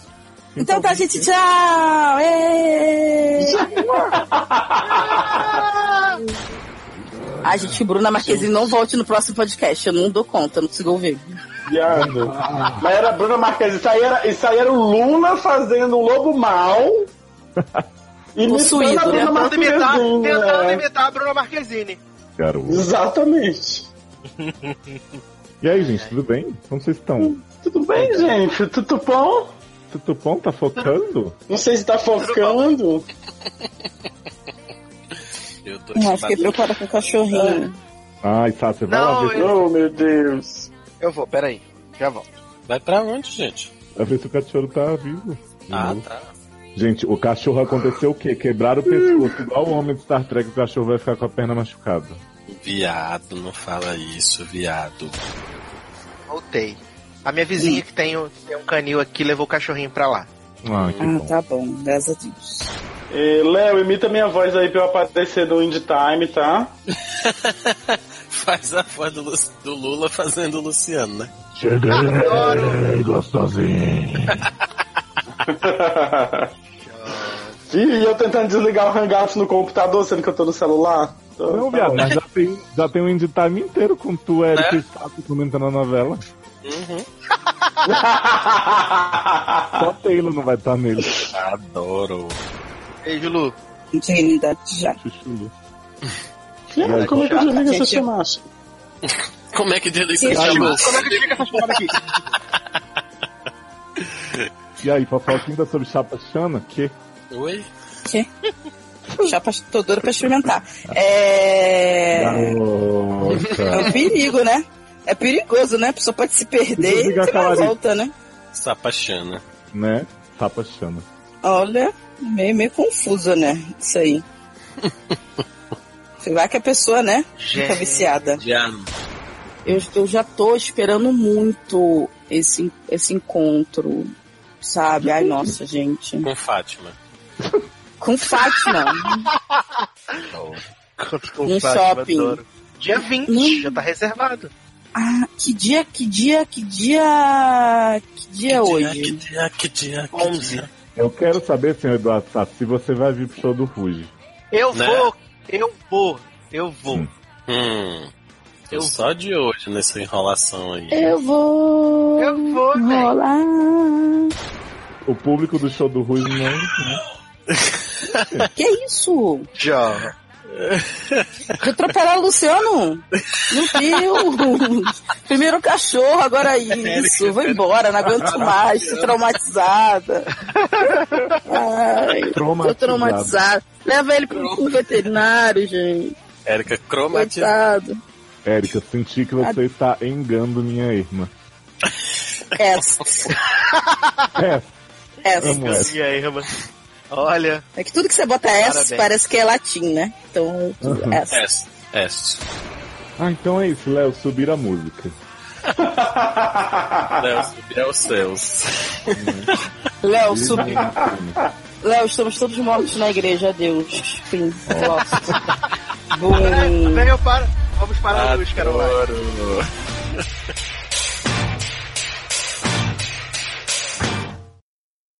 S6: Então tá, gente, tchau! Ê! Ai, gente, que Bruna Marquezine não volte no próximo podcast. Eu não dou conta, não consigo ouvir.
S5: Viado. Mas era Bruna Marquezine. Isso aí era, isso aí era o Lula fazendo um lobo mal. Imitando
S6: Possuído,
S5: a
S6: né?
S5: Bruna
S4: Tentando imitar,
S5: Marquezine.
S4: tentando
S5: né?
S4: imitar a Bruna Marquezine.
S2: Garoto.
S5: Exatamente.
S2: E aí, gente, tudo bem? Como vocês estão?
S5: Tudo bem, gente? Tudo bom?
S2: Tudo bom? Tá focando?
S5: Não sei se tá focando.
S7: Eu tô
S6: Ai, fiquei preocupada com o cachorrinho.
S2: Ai, tá, você vai lá
S4: Não,
S2: ver,
S4: eu,
S5: Oh, meu Deus.
S4: eu vou, peraí. Já volto.
S7: Vai pra onde, gente?
S2: vai ver se o cachorro tá vivo.
S7: Ah,
S2: Uhum.
S7: tá.
S2: Gente, o cachorro aconteceu o quê? Quebraram o pescoço. Igual o homem de Star Trek, o cachorro vai ficar com a perna machucada.
S7: Viado, não fala isso, viado.
S4: Voltei. A minha vizinha que tem, um- que tem um canil aqui levou o cachorrinho pra lá.
S2: Ah, que
S6: Ah,
S2: bom.
S6: tá bom, graças a Deus.
S5: Eh, Léo, imita minha voz aí pra eu aparecer no Indie Time, tá?
S7: Faz a voz do, Lu- do Lula fazendo o Luciano, né?
S2: Cheguei, gostosinho.
S5: Ih, eu tentando desligar o Hangouts no computador, sendo que eu tô no celular. Tô-
S2: Não,
S5: tá
S2: viado,
S5: bom.
S2: mas já tem, já tem um indie time inteiro com tu, Eric,
S7: Né?
S2: e Sato comentando a novela. Só Taylor não vai estar nele.
S7: Adoro.
S4: Beijo, Lu.
S6: Intimidade já.
S2: Chuchulu.
S5: Léo, como é que eu desligo essa
S6: Gente, eu-
S5: chamacha?
S7: Como é que diz isso?
S6: Sim,
S7: Chama-
S4: Como é que fica essa chamada aqui?
S2: E aí, fofoquinha ainda sobre Chapa Xana? Que?
S7: Oi?
S6: Já pra- tô doida pra experimentar.
S4: um
S6: É. É
S2: Garota.
S6: um perigo, né? É perigoso, né? A pessoa pode se perder e
S2: Desliga a
S6: você não
S2: calarica.
S6: volta, né?
S7: Sapachana.
S2: né? Chapa Xana.
S6: Olha, meio, meio confusa, né? Isso aí. Vai que a pessoa, né? Fica viciada.
S7: Diabo.
S6: Eu, eu já tô esperando muito esse, esse encontro, sabe? Ai, nossa, gente.
S7: Com Fátima.
S6: Com Fátima.
S4: No
S6: shopping.
S4: Dia 20, já tá reservado.
S6: Ah, que dia, que dia, que dia. Que dia é hoje?
S7: Que dia, que dia, que
S4: 11.
S2: Eu quero saber, senhor Eduardo Sato, se você vai vir pro show do Fuji.
S4: Eu
S7: Né?
S4: vou, eu vou, eu vou.
S7: Hum. Eu só de hoje nessa enrolação aí.
S6: É.
S17: Eu vou.
S4: Eu vou,
S6: Hum.
S17: rolar.
S2: O público do show do Ruiz não. é
S6: Que é isso?
S4: Já.
S6: Eu atropelar o Luciano? Meu Deus! Primeiro o cachorro, agora isso. Vou embora, não aguento mais, tô traumatizada. Ai, tô
S7: Traumatizada.
S6: traumatizada. Leva ele pro pro veterinário, gente.
S7: Érica cromatizada.
S6: Coitado.
S2: Érica, senti que você está engando minha irmã.
S6: Essa.
S2: É,
S6: Essa.
S2: Amo essa.
S4: E aí, irmã? Olha.
S6: É que tudo que você bota S
S4: Parabéns.
S6: parece que é latim, né? Então,
S2: Uhum.
S6: essa.
S2: Ah, então é isso, Léo, subir a música.
S7: Léo, subir aos céus.
S2: É.
S6: Léo, subi. Léo, estamos todos mortos na igreja, adeus. Fim. Gosto. Bum.
S4: Ah, Vem, eu paro. Vamos parar a luz, Carolina.